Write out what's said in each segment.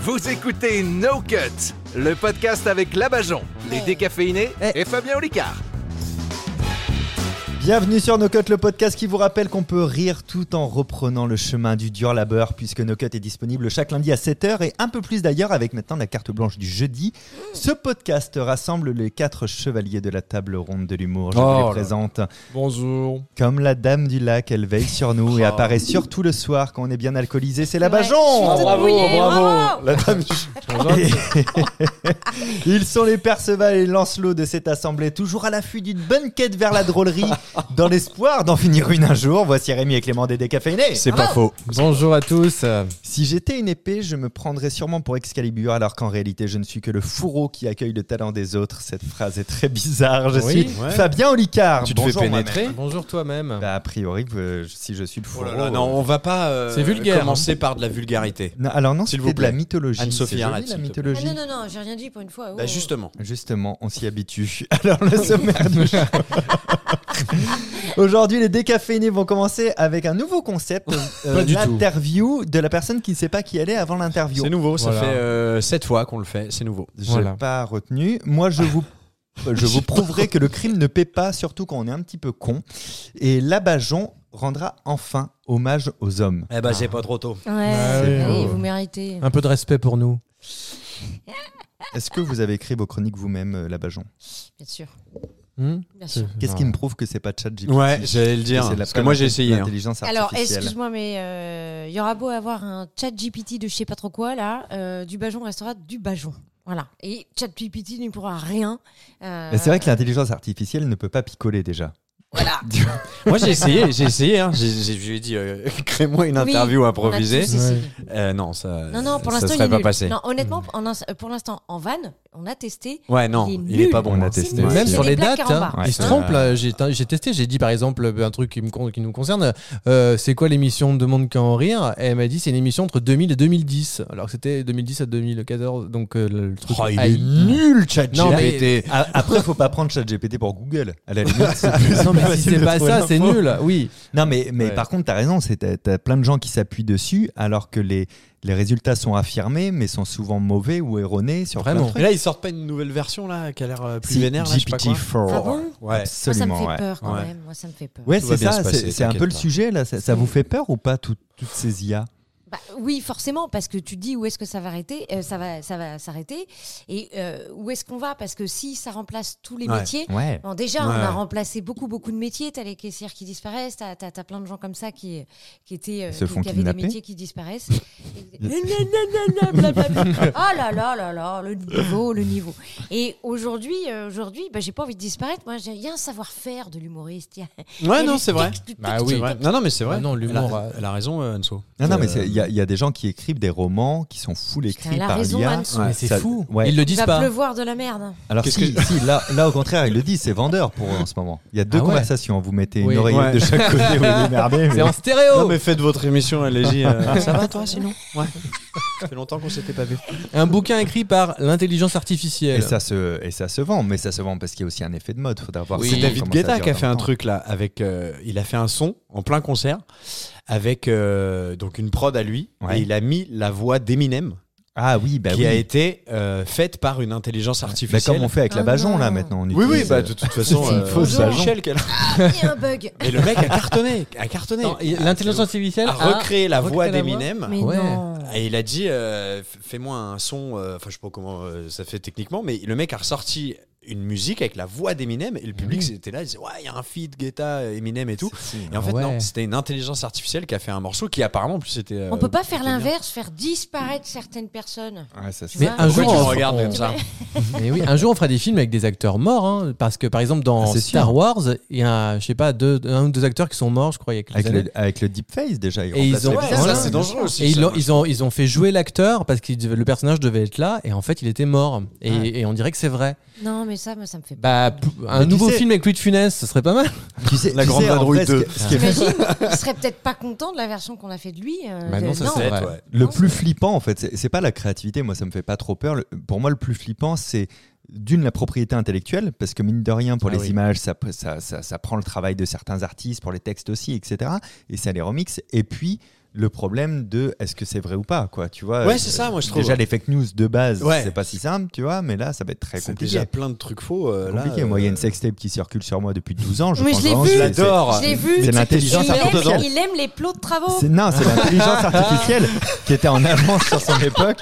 Vous écoutez No Cut, le podcast avec Labajon, les décaféinés Eh. et Fabien Olicard. Bienvenue sur No Cut, le podcast qui vous rappelle qu'on peut rire tout en reprenant le chemin du dur labeur, puisque No Cut est disponible chaque lundi à 7h et un peu plus d'ailleurs avec maintenant la carte blanche du jeudi. Ce podcast rassemble les quatre chevaliers de la table ronde de l'humour. Je vous Oh les là. présente. Bonjour. Comme la dame du lac, elle veille sur nous et Oh. apparaît surtout le soir quand on est bien alcoolisé. C'est la Ouais, Bajon Oh, je suis toute bravo, mouillée, bravo. La dame Ils sont les Perceval et Lancelot de cette assemblée, toujours à l'affût d'une bonne quête vers la drôlerie, dans l'espoir d'en finir une un jour. Voici Rémi et Clément des décaféinés. C'est Ah. pas faux. Bonjour à tous. Euh, Si j'étais une épée, je me prendrais sûrement pour Excalibur, alors qu'en réalité, je ne suis que le fourreau qui accueille le talent des autres. Cette phrase est très bizarre. Je Oui, suis ouais. Fabien Olicard. Tu te Bonjour, fais moi-même. pénétrer Bonjour toi-même. Bah, a priori, euh, si je suis le fourreau. Oh non, on va pas euh, C'est vulgaire, commencer par de la vulgarité. Non, alors non, S'il c'était vous de la plaît. mythologie. Anne-Sophie, C'est joli, arrête, la s'il te plaît. Ah mythologie. non, non, non, j'ai rien dit pour une fois. oh. Bah justement. Justement, on s'y habitue. Alors, le sommaire du show. Aujourd'hui, les décaféinés vont commencer avec un nouveau concept euh, Pas du tout. l'interview de la personne qui ne sait pas qui elle est avant l'interview. C'est nouveau, ça Voilà. fait euh, sept fois qu'on le fait, c'est nouveau. Je n'ai Voilà. pas retenu. Moi, je vous. euh, Je J'ai vous pas prouverai que le crime ne paie pas, surtout quand on est un petit peu con. Et Labajon rendra enfin hommage aux hommes. Eh ben, c'est pas trop tôt. Ouais, ouais, allez, ouais. vous méritez. Un peu de respect pour nous. Est-ce que vous avez écrit vos chroniques vous-même, euh, Labajon Bien sûr. Hmm Bien sûr. Qu'est-ce qui me prouve que c'est pas ChatGPT Ouais, j'allais le dire. C'est de la Parce que moi, j'ai essayé. hein. L'intelligence Alors, artificielle. excuse-moi, mais euh, il y aura beau avoir un chat GPT de je sais pas trop quoi, là, euh, du Bajon restera du Bajon. Voilà. Et chat GPT n'y pourra rien. euh, Mais c'est vrai que l'intelligence artificielle ne peut pas picoler déjà. Voilà. Moi, j'ai essayé, j'ai essayé. Hein. J'ai- j'ai- je lui ai dit, euh, crée-moi une Oui, interview on a improvisée. tous essayé. Euh, non, ça, Non, non, pour ça l'instant, il serait est pas nul. passé. Non, honnêtement, en ins- euh, pour l'instant, en vanne, on a testé. Ouais, non, Il est il est, nul. pas bon. Ah, On a C'est testé. nul, Ouais. Même c'est sur des les blagues dates, carambars. hein. ils se Ouais. trompent. là. J'ai j'ai testé, j'ai dit par exemple euh, un truc qui, me con- qui nous concerne. euh, c'est quoi l'émission de Monde qu'à en rire Et Elle m'a dit c'est une émission entre 2000 et 2010. Alors que c'était 2010 à 2014. Donc euh, le truc. Oh, il Ah, est nul, chat Non, mais- A- Ah, Après, faut pas prendre ChatGPT pour Google. À la limite, c'est plus Non, mais si facile c'est de pas trouver ça, c'est l'info. nul. Oui. Non, mais, mais Ouais. par contre, t'as raison. c'est- T'as t'as plein de gens qui s'appuient dessus, alors que les, les résultats sont affirmés, mais sont souvent mauvais ou erronés sur plein de Vraiment. trucs. Et là, ils sortent pas une nouvelle version là, qui a l'air euh, plus Si, vénère. là, je sais pas quoi. GPT-4. Ah bon Ouais. Moi, ça me Absolument, fait ouais. peur quand Ouais. même. Moi, ça me fait peur. Ouais, Tout c'est va bien ça, se c'est- passer, c'est un peu le t'inquiète pas. sujet là. Ça, ça vous fait peur ou pas, tout- toutes ces IA Bah, oui, forcément, parce que tu te dis où est-ce que ça va arrêter, euh, ça va, ça va s'arrêter, et euh, où est-ce qu'on va Parce que si ça remplace tous les Ouais. métiers, Ouais. bon, déjà on Ouais. a remplacé beaucoup beaucoup de métiers. T'as les caissières qui disparaissent, t'as as, plein de gens comme ça qui qui étaient euh, Ils se qui, font qui avaient des kidnapper. métiers qui disparaissent. Et- Nananana, blablabla. Ah là là là là, le niveau, le niveau. Et aujourd'hui, euh, aujourd'hui, bah, j'ai pas envie de disparaître. Moi, j'ai- il y a un savoir-faire de l'humoriste. Il y a- il y a Ouais, non, du c'est vrai. texte, du Bah texte, oui. du C'est vrai. texte. Non, non, mais c'est vrai. Ah non, l'humour, Elle a- euh, Elle a raison, euh, Anso. Non, non, mais Euh, c'est- il y, a- il y a des gens qui écrivent des romans qui sont full écrits elle a par raison, l'IA. Anne-Sou. Ouais, Mais c'est ça- fou. ouais. euh, Ils le disent Il va pas. pleuvoir de la merde. Alors Qu'est-ce si, que- si, là, là au contraire, il le dit, c'est vendeur pour eux en ce moment. Il y a deux Ah ouais. conversations, vous mettez Oui. une oreillette Ouais. de chaque côté, vous les démerdez. C'est mais- en stéréo. Non, mais faites votre émission, LJ. Euh... Ça va, toi, sinon Ouais. Ça fait longtemps qu'on s'était pas vu. Un bouquin écrit par l'intelligence Et artificielle. ça, se, et ça se vend, mais ça se vend parce qu'il y a aussi un effet de mode. Faudra voir Oui. comment C'est David ça Guetta dure qui a dans fait le un temps. truc là. Avec, euh, il a fait un son en plein concert avec euh, donc une prod à lui Ouais. et il a mis la voix d'Eminem Ah oui, bah qui oui. a été euh, faite par une intelligence Bah, artificielle. comme on fait avec la Ah Bajon non. là maintenant. On Oui, oui, utilise, bah, euh, de toute façon, C'est une fausse Bonjour, agent. Michel qu'elle a- Il y a un bug. Et le mec a cartonné, a cartonné. Non, Ah, et L'intelligence artificielle Ah, a recréé la recréé voix la voix d'Eminem. Mais Ouais. non. Et Ah, il a dit, euh, f- fais-moi un son, euh, enfin je sais pas comment euh, ça fait techniquement, mais le mec a ressorti une musique avec la voix d'Eminem et le public c'était là, il disait, ouais, il y a un feat Guetta, Eminem et tout. Et en fait, Ouais. non, c'était une intelligence artificielle qui a fait un morceau qui apparemment, en plus c'était. euh, On peut pas faire plutôt bien. l'inverse, faire disparaître certaines personnes. Ouais, Ah, ça, c'est- Mais un Pourquoi jour, tu me on- regardes on- comme ça Mais oui, un jour on fera des films avec des acteurs morts, hein, parce que par exemple dans Ah, c'est Star sûr. Wars, il y a je sais pas deux, un ou deux acteurs qui sont morts, je crois, il y a quelques Avec années. le, avec le deepface déjà. Et ils ont- Ouais, ça, ça Voilà. c'est dangereux aussi. Et ils ça. l'ont- ils ont, ils ont fait jouer l'acteur parce que le personnage devait être là et en fait il était mort. Et, Ouais. et on dirait que c'est vrai. Non, mais ça, moi, ça me fait. Bah, p- un Mais tu nouveau sais- film avec Louis de Funès, ce serait pas mal. Tu sais, La tu Grande sais, en Vadrouille vrai, ce 2. qui- ce qui est- T'imagines Il serait peut-être pas content de la version qu'on a fait de lui. euh, Bah de- non, ça, Ouais, c'est vrai. ouais. Le Non, plus c'est- flippant, en fait, c'est- c'est pas la créativité. Moi, ça me fait pas trop peur. Le- pour moi, le plus flippant, c'est d'une la propriété intellectuelle, parce que mine de rien, pour Ah les oui. images, ça, peut- ça, ça- ça prend le travail de certains artistes, pour les textes aussi, etc. Et ça les remixe. Et puis le problème de est-ce que c'est vrai ou pas, quoi, tu vois. euh, Ouais, c'est ça, moi, je trouve. Déjà, les fake news de base, Ouais. c'est pas si simple, tu vois, mais là, ça va être très C'est compliqué. déjà plein de trucs faux. euh, là, compliqué. moi, il y a une euh, sextape qui circule sur moi depuis 12 ans. Je Mais pense je l'ai vraiment vue. que Je c'est- l'adore. Je l'ai vu. C'est l'intelligence il aime, artificielle. il aime les plots de travaux. C'est, non, c'est l'intelligence artificielle qui était en avance sur son époque.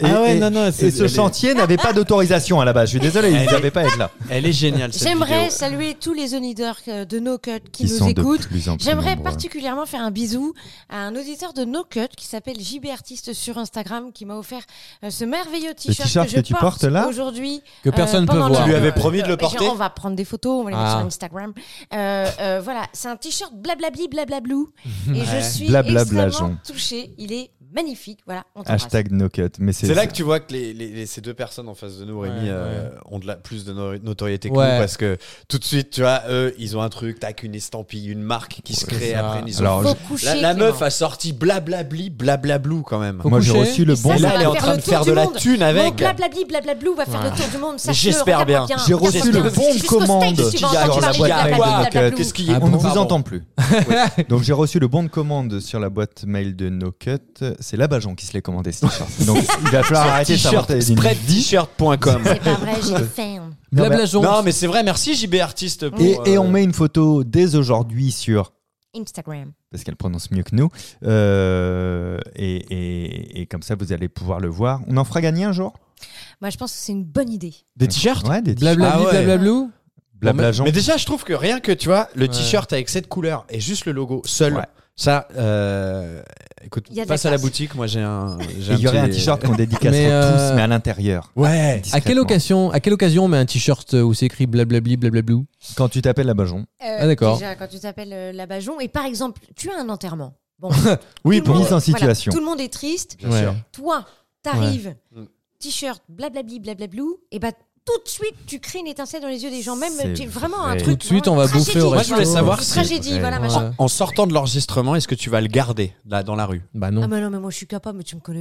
Et, Ah ouais, et- non, non, et c'est- ce elle est- chantier n'avait pas d'autorisation à la base. Je suis désolé, ils n'avaient pas à être là. Elle est géniale. cette J'aimerais vidéo. saluer tous les auditeurs euh, de No Cut qui Ils nous sont de écoutent. plus en plus J'aimerais nombreux. particulièrement faire un bisou à un auditeur de No Cut qui s'appelle JB Artiste sur Instagram qui m'a offert euh, ce merveilleux t-shirt, t-shirt je que tu porte portes là aujourd'hui. Que personne peut Euh, pendant voir. le- Tu lui avais promis de Euh, le euh, genre, porter On va prendre des photos, on va les mettre Ah. sur Instagram. Euh, euh, voilà, c'est un t-shirt blablabli blablablou et je suis Blablabla, extrêmement Jean. touchée. Il est magnifique. Voilà, on t'embrasse. Hashtag no cut. Mais c'est, C'est là que tu vois que les, les- les- ces deux personnes en face de nous, Rémi, Ouais, euh, ont de la, plus de no- notoriété que Ouais. nous parce que tout de suite, tu vois, eux, ils ont un truc, tac, une estampille, une marque qui se Ouais, crée c'est ça. après. Ils ont- Alors, Faut je- coucher. la, la Clément. meuf a sorti blablabli, blablablou quand même. Faut moi, j'ai coucher. reçu le Et bon. ça, Et là, va elle est en faire train le de tour faire du de la monde. thune Mon avec. blablabli blablablou va faire le tour du monde. sache-le, J'espère regarde bien. J'ai reçu le bon de commande sur la boîte mail de Blou. Qu'est-ce qui est Ah on ne bon vous Pardon. entend plus. Donc j'ai reçu le bon de commande sur la boîte mail de No Cut. C'est Labajon qui se l'est commandé ce t-shirt. Donc il va falloir arrêter de T-shirt, s'inventer des lignes. spread-t-shirt.com. C'est pas vrai, j'ai faim. Blabla Jonce. Non, mais c'est vrai, merci JB Artiste pour. Et, et euh, on met une photo dès aujourd'hui sur Instagram. parce qu'elle prononce mieux que nous. Euh, et, et- et comme ça, vous allez pouvoir le voir. On en fera gagner un jour Moi, je pense que c'est une bonne idée. Des t-shirts Ouais, des t-shirts. Blabla Ah ouais. blablablou. Blablajon. Mais déjà, je trouve que rien que, tu vois, le Ouais. t-shirt avec cette couleur et juste le logo seul, Ouais. ça, euh, écoute, Il y a de passe la à la classe. boutique, moi j'ai un. j'ai Et Il y aurait un petit- t-shirt qu'on dédicacerait Mais, euh, tous, mais à l'intérieur. Ouais. À quelle Discrètement. occasion, à quelle occasion on met un t-shirt euh, où c'est écrit blablabli blablablou Quand tu t'appelles Labajon. Euh, Ah, d'accord. Déjà, quand tu t'appelles euh, Labajon, et par exemple, tu as un enterrement. Bon, Oui, tout le pour monde- mise en voilà, situation. tout le monde est triste. Bien sûr. Toi, t'arrives, Mm. t-shirt, blablabli, blablablou, et bah tout de suite, tu crées une étincelle dans les yeux des gens. Même, C'est tu vraiment vrai. un Tout truc. de suite, vraiment on va une bouffer au tragédie. Moi, je voulais resto. savoir Une si- Tragédie, voilà, Ouais. machin. En sortant de l'enregistrement, est-ce que tu vas le garder là dans la rue Bah Ah, non. mais non, mais moi, je suis capable, mais tu me connais.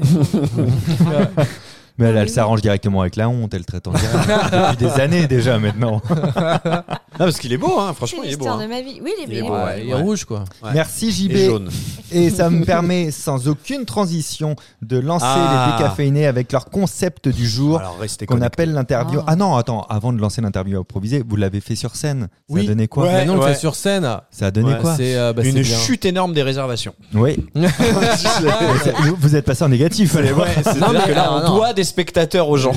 Mais elle, Ah elle oui. s'arrange directement avec la honte, elle traite en direct depuis des années déjà maintenant. Ah parce qu'il est beau, hein. C'est Franchement, il est beau. l'histoire de hein. ma vie. Oui, les Il est les- beau, Ah, ouais, il est ouais. rouge quoi. Ouais. Merci JB. Et jaune. Et ça me permet sans aucune transition de lancer Ah. les décaféinés avec leur concept du jour. Alors restez qu'on connectés. appelle l'interview. Ah. Ah non, attends, avant de lancer l'interview improvisée, vous l'avez fait sur scène. Ça a Oui. donné quoi Ouais, Maintenant, ouais. c'est sur scène. Ça a donné Ouais, quoi C'est euh, bah, c'est Une bien. chute énorme des réservations. Oui. vous, vous êtes passé en négatif. allez voir. Non, mais que là, non, on non. doit des spectateurs aux gens.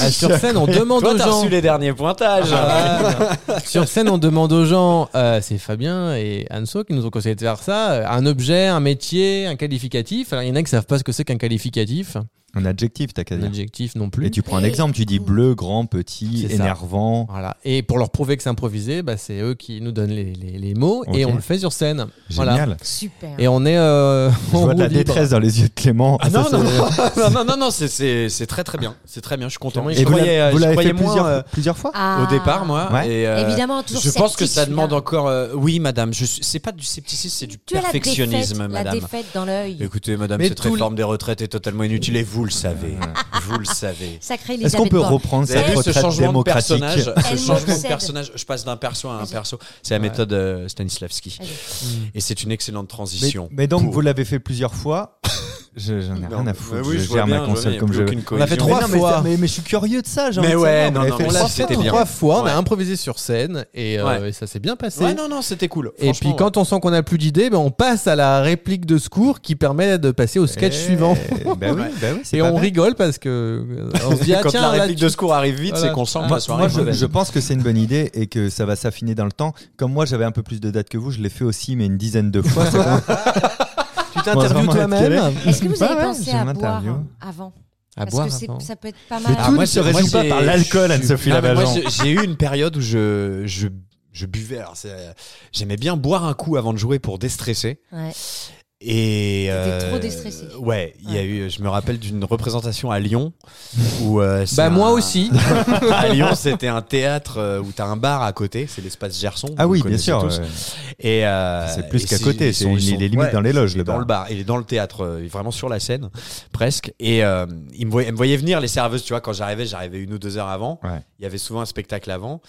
Ah, sur scène, on demande Toi, aux t'as gens. reçu les derniers pointages. Ah, Sur scène, on demande aux gens, euh, c'est Fabien et Anso qui nous ont conseillé de faire ça, euh, un objet, un métier, un qualificatif. Alors, il y en a qui savent pas ce que c'est qu'un qualificatif, Un adjectif, t'as qu'à un dire. adjectif non Et plus. tu prends un exemple, tu dis bleu, grand, petit, C'est ça. énervant. Voilà. Et pour leur prouver que c'est improvisé, bah, c'est eux qui nous donnent les, les- les mots et Ok. on le fait sur scène. Génial. Voilà. Super. Et on est. euh, Je en vois de la roue libre. détresse dans les yeux de Clément. Ah non, Ça, non, c'est- non, non, non, non, non, c'est- c'est c'est très très bien. C'est très bien, je suis content. Et Je Et vous croyais, l'avez euh, vous je l'avez croyais fait plusieurs, moins, euh, plusieurs fois Ah. au départ, moi. Ouais. et, euh, Évidemment, toujours Je pense que sceptique, ça demande celui-là. encore. euh, oui, madame, je suis- c'est pas du scepticisme, c'est du Tu as la défaite, perfectionnisme, La madame. défaite dans l'œil. Écoutez, madame, Mais cette tout le- réforme des retraites est totalement inutile et vous le savez. vous le savez. Sacré Est-ce qu'on Elisabeth peut Borne. reprendre Vous avez cette vu ce Euh. retraite changement de démocratique personnage Ce Elle changement de m'obsède. personnage, je passe d'un perso à un Vas-y. perso. C'est la méthode euh, Stanislavski. Vas-y. Et c'est une excellente mais, transition. mais donc, Pour- vous l'avez fait plusieurs fois. Je- J'en ai Non, rien à mais foutre. oui, je, je vois gère bien, ma je vois console bien, comme il y je a veux. plus aucune On a fait cohésion. trois mais non, mais fois. ça- Mais, mais je suis curieux de ça. j'ai Mais envie de ouais, savoir. On non, l'avait non, fait on trois l'a Trois c'était fois, bien. trois fois, on Ouais. a improvisé sur scène et, euh, Ouais. et ça s'est bien passé. Ouais, non, non, c'était cool. Et Franchement, puis quand on sent qu'on a plus d'idées, ben, on passe à la réplique de secours qui permet de passer au sketch Eh, suivant. bah oui, bah oui, c'est Et pas on mal. rigole parce que on se dit ah quand tiens la là, réplique tu- de secours arrive vite, Voilà. c'est qu'on sent que Moi- la soirée Moi, est je, mauvaise. je pense que c'est une bonne idée et que ça va s'affiner dans le temps. Comme moi, j'avais un peu plus de dates que vous, je l'ai fait aussi, mais une dizaine de fois. c'est bon. tu Moi, t'interviews vraiment, toi-même Est-ce que vous avez Bah ouais, pensé j'ai à une boire hein, interview. avant à Parce boire. que c'est- attends. ça peut être pas Mais mal. Ah, tout moi, ne c'est- se moi, résout pas j'ai- par l'alcool, je- Anne-Sophie Non, mais moi, Labajon. j'ai- J'ai eu une période où je, je, je buvais. Alors, c'est- J'aimais bien boire un coup avant de jouer pour déstresser. Ah, Ouais. Et euh, trop déstressé. Ouais, il y a Ouais. eu. Je me rappelle d'une représentation à Lyon où. euh, c'est Bah un- moi aussi. Ah, À Lyon, c'était un théâtre euh, où t'as un bar à côté. C'est l'espace Gerson. Ah vous oui, le bien sûr. connaissez tous. euh, Et euh, C'est plus et qu'à si- côté, ils c'est sont- il ils est sont- limite ouais, dans les loges, le dans bar. le bar, il est dans le théâtre, euh, vraiment sur la scène, presque. Et euh, il me voyait, elles me voyaient venir les serveuses, tu vois, quand j'arrivais, j'arrivais une ou deux heures avant. Ouais. Il y avait souvent un spectacle avant.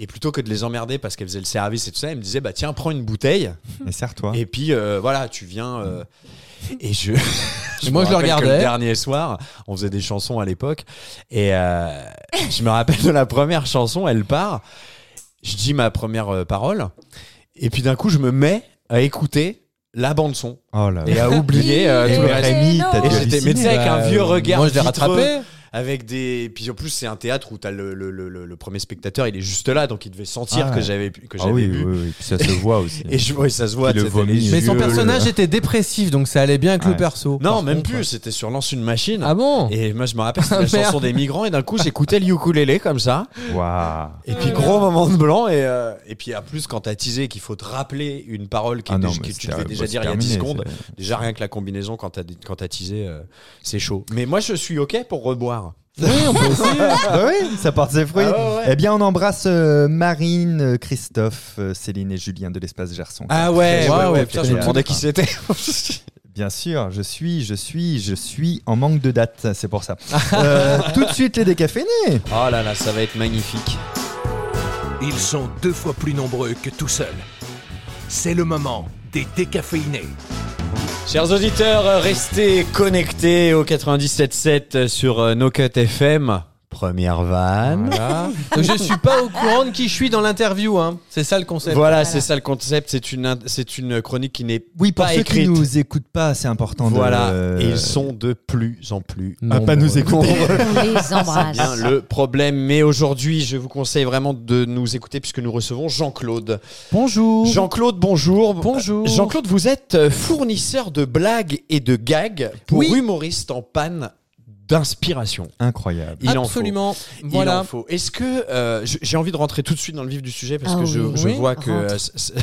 Et plutôt que de les emmerder parce qu'elles faisaient le service et tout ça, elle me disait bah tiens, prends une bouteille Mais serre-toi. et puis euh, voilà, tu viens. euh, et je. Et moi, me je le rappelle que regardais. Le dernier soir, on faisait des chansons à l'époque. Et euh, je me rappelle de la première chanson, elle part. Je dis ma première euh, parole. Et puis d'un coup, je me mets à écouter la bande-son Oh Ah là là. et à oublier euh, tout le Mais reste. Rémi, non. t'as Et dû j'étais- mais tu halluciner. sais, avec un Bah, vieux euh, regard Moi, je l'ai vitreux. rattrapé. Avec des. Puis en plus, c'est un théâtre où t'as le, le, le, le- le premier spectateur, il est juste là, donc il devait sentir Ah. que j'avais pu- que Ah j'avais oui, bu. oui, oui. Puis ça se voit aussi. Et je, ouais, ça se voit. Puis le t'as- t'as les vomi. yeux. Mais son Dieu. personnage était dépressif, donc ça allait bien avec Ouais. le perso. Non, Par même contre. plus, c'était sur Lance une machine. Ah bon Et moi, je me rappelle, c'était la Ah, merde. chanson des migrants, et d'un coup, j'écoutais le ukulélé comme ça. Waouh. Et puis, gros moment de blanc, et, euh, et puis, à plus, quand t'as teasé qu'il faut te rappeler une parole qui, Ah était- non, que mais tu c'est- devais bah, déjà c'est dire il y terminé, a 10 secondes, c'est- déjà rien que la combinaison, quand t'as dit- quand t'as teasé, euh, c'est chaud. Mais moi, je suis OK pour reboire. Oui, on peut aussi. Bah oui, ça porte ses fruits. Ah ouais, ouais. Eh bien, on embrasse euh, Marine, euh, Christophe, euh, Céline et Julien de l'espace Gerson. Ah. Ah ouais, ouais, ouais, putain, c'est je me bien. demandais qui c'était. Bien sûr, je suis, je suis, je suis en manque de date, c'est pour ça. Euh, tout de suite, les décaféinés. oh là là, ça va être magnifique. Ils sont deux fois plus nombreux que tout seuls. C'est le moment des décaféinés. Chers auditeurs, euh, restez connectés au 97.7 sur euh, No Cut FM. Première vanne. Voilà. Donc, je suis pas au courant de qui je suis dans l'interview. Hein. C'est ça le concept. Voilà, c'est ça le concept. C'est une, int- c'est une chronique qui n'est Oui, pour Pas ceux écrite. qui nous écoutent pas, c'est important Voilà, de. euh, et ils sont de plus en plus À pas nous écouter. On les embrasse. Bien le problème, mais aujourd'hui, je vous conseille vraiment de nous écouter puisque nous recevons Jean-Claude. Bonjour. Jean-Claude, bonjour. Bonjour. Jean-Claude, vous êtes euh, fournisseur de blagues et de gags pour Oui. humoristes en panne d'inspiration. Incroyable. Il en faut. Absolument. Il Voilà. en faut. Est-ce que euh, j- j'ai envie de rentrer tout de suite dans le vif du sujet parce Ah que je, oui. je Oui, vois que rentre. euh, c- c-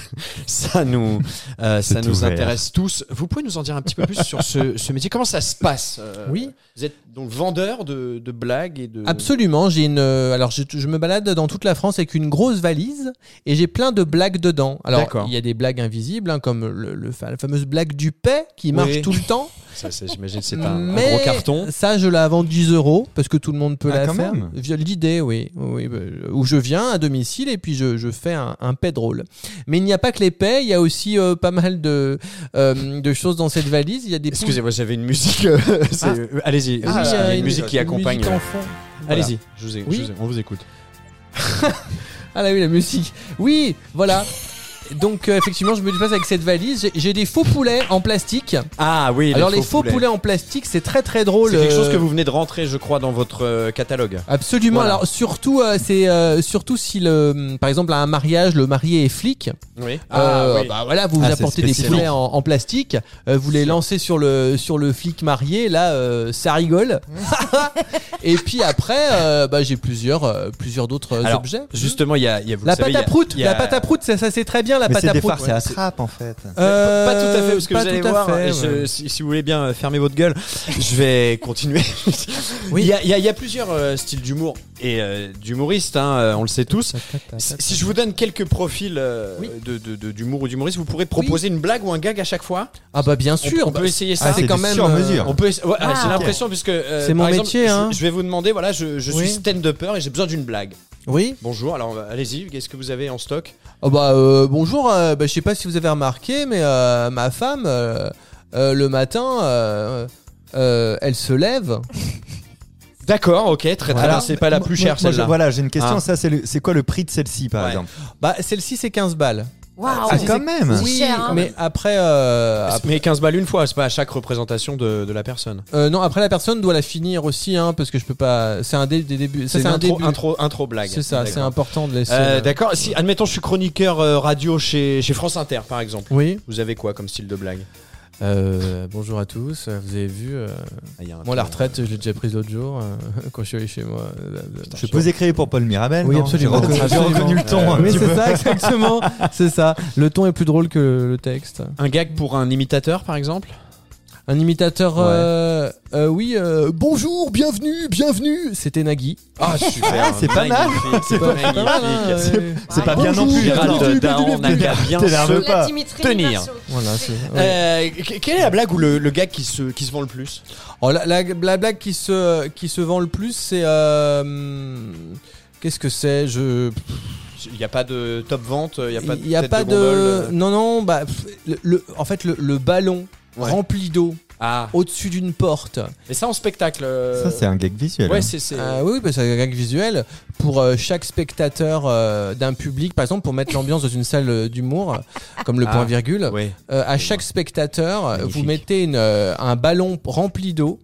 ça nous euh, ça C'est nous ouvert. intéresse tous. Vous pouvez nous en dire un petit peu plus sur ce, ce métier Comment ça se passe euh, Oui. Vous êtes donc vendeur de, de blagues et de Absolument. J'ai une. euh, Alors, je, je me balade dans toute la France avec une grosse valise et j'ai plein de blagues dedans. Alors, D'accord. il y a des blagues invisibles, hein, comme le, le fa- la fameuse blague du paix qui marche Oui. tout le temps. Ça, c'est- J'imagine que c'est un, un Mais gros carton. Ça, je la vends 10 euros parce que tout le monde peut Ah, la quand faire. même. Via l'idée, oui. oui bah, je- où je viens à domicile et puis je, je fais un, un paix drôle. Mais il n'y a pas que les paix, il y a aussi euh, pas mal de, euh, de choses dans cette valise. Il y a des Excusez-moi, j'avais une musique. euh, c'est- euh, Allez-y, Ah, excusez-moi, il y a une, musique qui accompagne. musique en fond. Voilà. Allez-y, je vous ai- je Oui. vous ai- on vous écoute. Ah là oui, la musique. Oui, voilà. Donc euh, effectivement, je me déplace avec cette valise. J'ai- J'ai des faux poulets en plastique. Ah oui, Alors les faux poulets. en plastique, c'est très très drôle. C'est quelque chose euh, que vous venez de rentrer, je crois, dans votre euh, catalogue. Absolument. Voilà. Alors surtout, euh, c'est euh, surtout si le, hum, par exemple, à un mariage, le marié est flic. Oui. euh, Bah voilà, vous, vous Ah, c'est apportez des spécifique. poulets en, en plastique, euh, vous les lancez sur le sur le flic marié. Là, euh, ça rigole. Et puis après, euh, bah, j'ai plusieurs euh, plusieurs d'autres Alors, objets. Justement, il y a, il y a- vous La le savez, pâte à il y a- proute, il y a- la pâte à proute, ça, ça c'est très bien la Ah, Mais pâte c'est à des proute. farces, c'est attrape en fait. Euh, Pas tout à fait, parce que pas vous allez tout à voir, fait, et je- ouais. si, si vous voulez bien euh, fermer votre gueule, je vais continuer. Oui. Il, y a, il y a- il y a plusieurs euh, styles d'humour et euh, d'humoristes, hein, euh, on le sait tous. Si si je vous donne quelques profils euh, Oui. de- de- de- d'humour ou d'humoriste, vous pourrez proposer une blague ou un gag à chaque fois Ah bah bien On- sûr, on peut essayer ça. Ah, c'est c'est quand du même sur-mesure. euh, On peut, essa- ouais, Ah. j'ai l'impression puisque euh, C'est mon par exemple, métier, je- hein. Je, vais vous demander, voilà, je, je Oui. suis stand-upper et j'ai besoin d'une blague. Oui. Bonjour, alors euh, allez-y, qu'est-ce que vous avez en stock Ah bah euh, bonjour, euh, bah, je sais pas si vous avez remarqué, mais euh, ma femme euh, euh, le matin, euh, euh, elle se lève. D'accord, ok, très très Voilà. bien. C'est pas la plus Moi- chère moi, je- celle-là. Voilà, j'ai une question. Ah. Ça, c'est le- c'est quoi le prix de celle-ci par Ouais. exemple Bah celle-ci c'est 15 balles. Waouh. Ah, quand même. Oui, cher, hein. mais après, euh, après- Ah, Mais 15 balles une fois, c'est pas à chaque représentation de, de la personne. euh, non après la personne doit la finir aussi, hein, parce que je peux pas. C'est un dé- des débuts. Ça C'est c'est une un intro, début. intro, intro blague. C'est ça, c'est D'accord. important de laisser. Euh, euh, D'accord, si, admettons, je suis chroniqueur euh, radio chez, chez France Inter par exemple. Oui. Vous avez quoi comme style de blague Euh, bonjour à tous. euh, Vous avez vu. euh, Ah, il y a un Moi, la ton, retraite, je l'ai déjà prise l'autre jour euh, quand je suis allé chez moi. Euh, Je vous ai créé pour Paul Mirabel. Oui, non absolument. J'ai Ah, reconnu- j'ai reconnu le ton. hein, un Oui, petit c'est peu. ça, exactement. c'est ça. Le ton est plus drôle que le, le texte. euh, Un gag pour un imitateur par exemple Un imitateur. Ouais. euh, euh, oui, euh, bonjour, bienvenue, bienvenue. C'était Nagui. Ah super, c'est pas mal. C'est pas hein, magnifique. C'est Ah, pas bien non Bonjour, plus. Gérald attends. Darmon n'a qu'à bien T'es nerveux. se- peut pas La Dimitri tenir. Marceau. Voilà, c'est. ouais. Euh, que- quelle est la blague ou le, le gag qui se, qui se vend le plus Oh, la, la- la blague qui se, qui se vend le plus, c'est. euh, Qu'est-ce que c'est Je. Il n'y a pas de top vente, il n'y a pas de. Il y a tête pas de. gondole. euh. Non, non, bah, pff, le, le- en fait, le, le ballon Ouais. rempli d'eau Ah, au-dessus d'une porte. mais ça en spectacle. euh, Ça, c'est un gag visuel. Ouais, hein. c'est. c'est- Euh, oui, oui, bah, c'est un gag visuel pour euh, chaque spectateur euh, d'un public, par exemple, pour mettre l'ambiance dans une salle euh, d'humour, comme le Ah. point virgule. Ouais. Euh, à chaque spectateur, euh, vous Magnifique. mettez une, euh, un ballon rempli d'eau.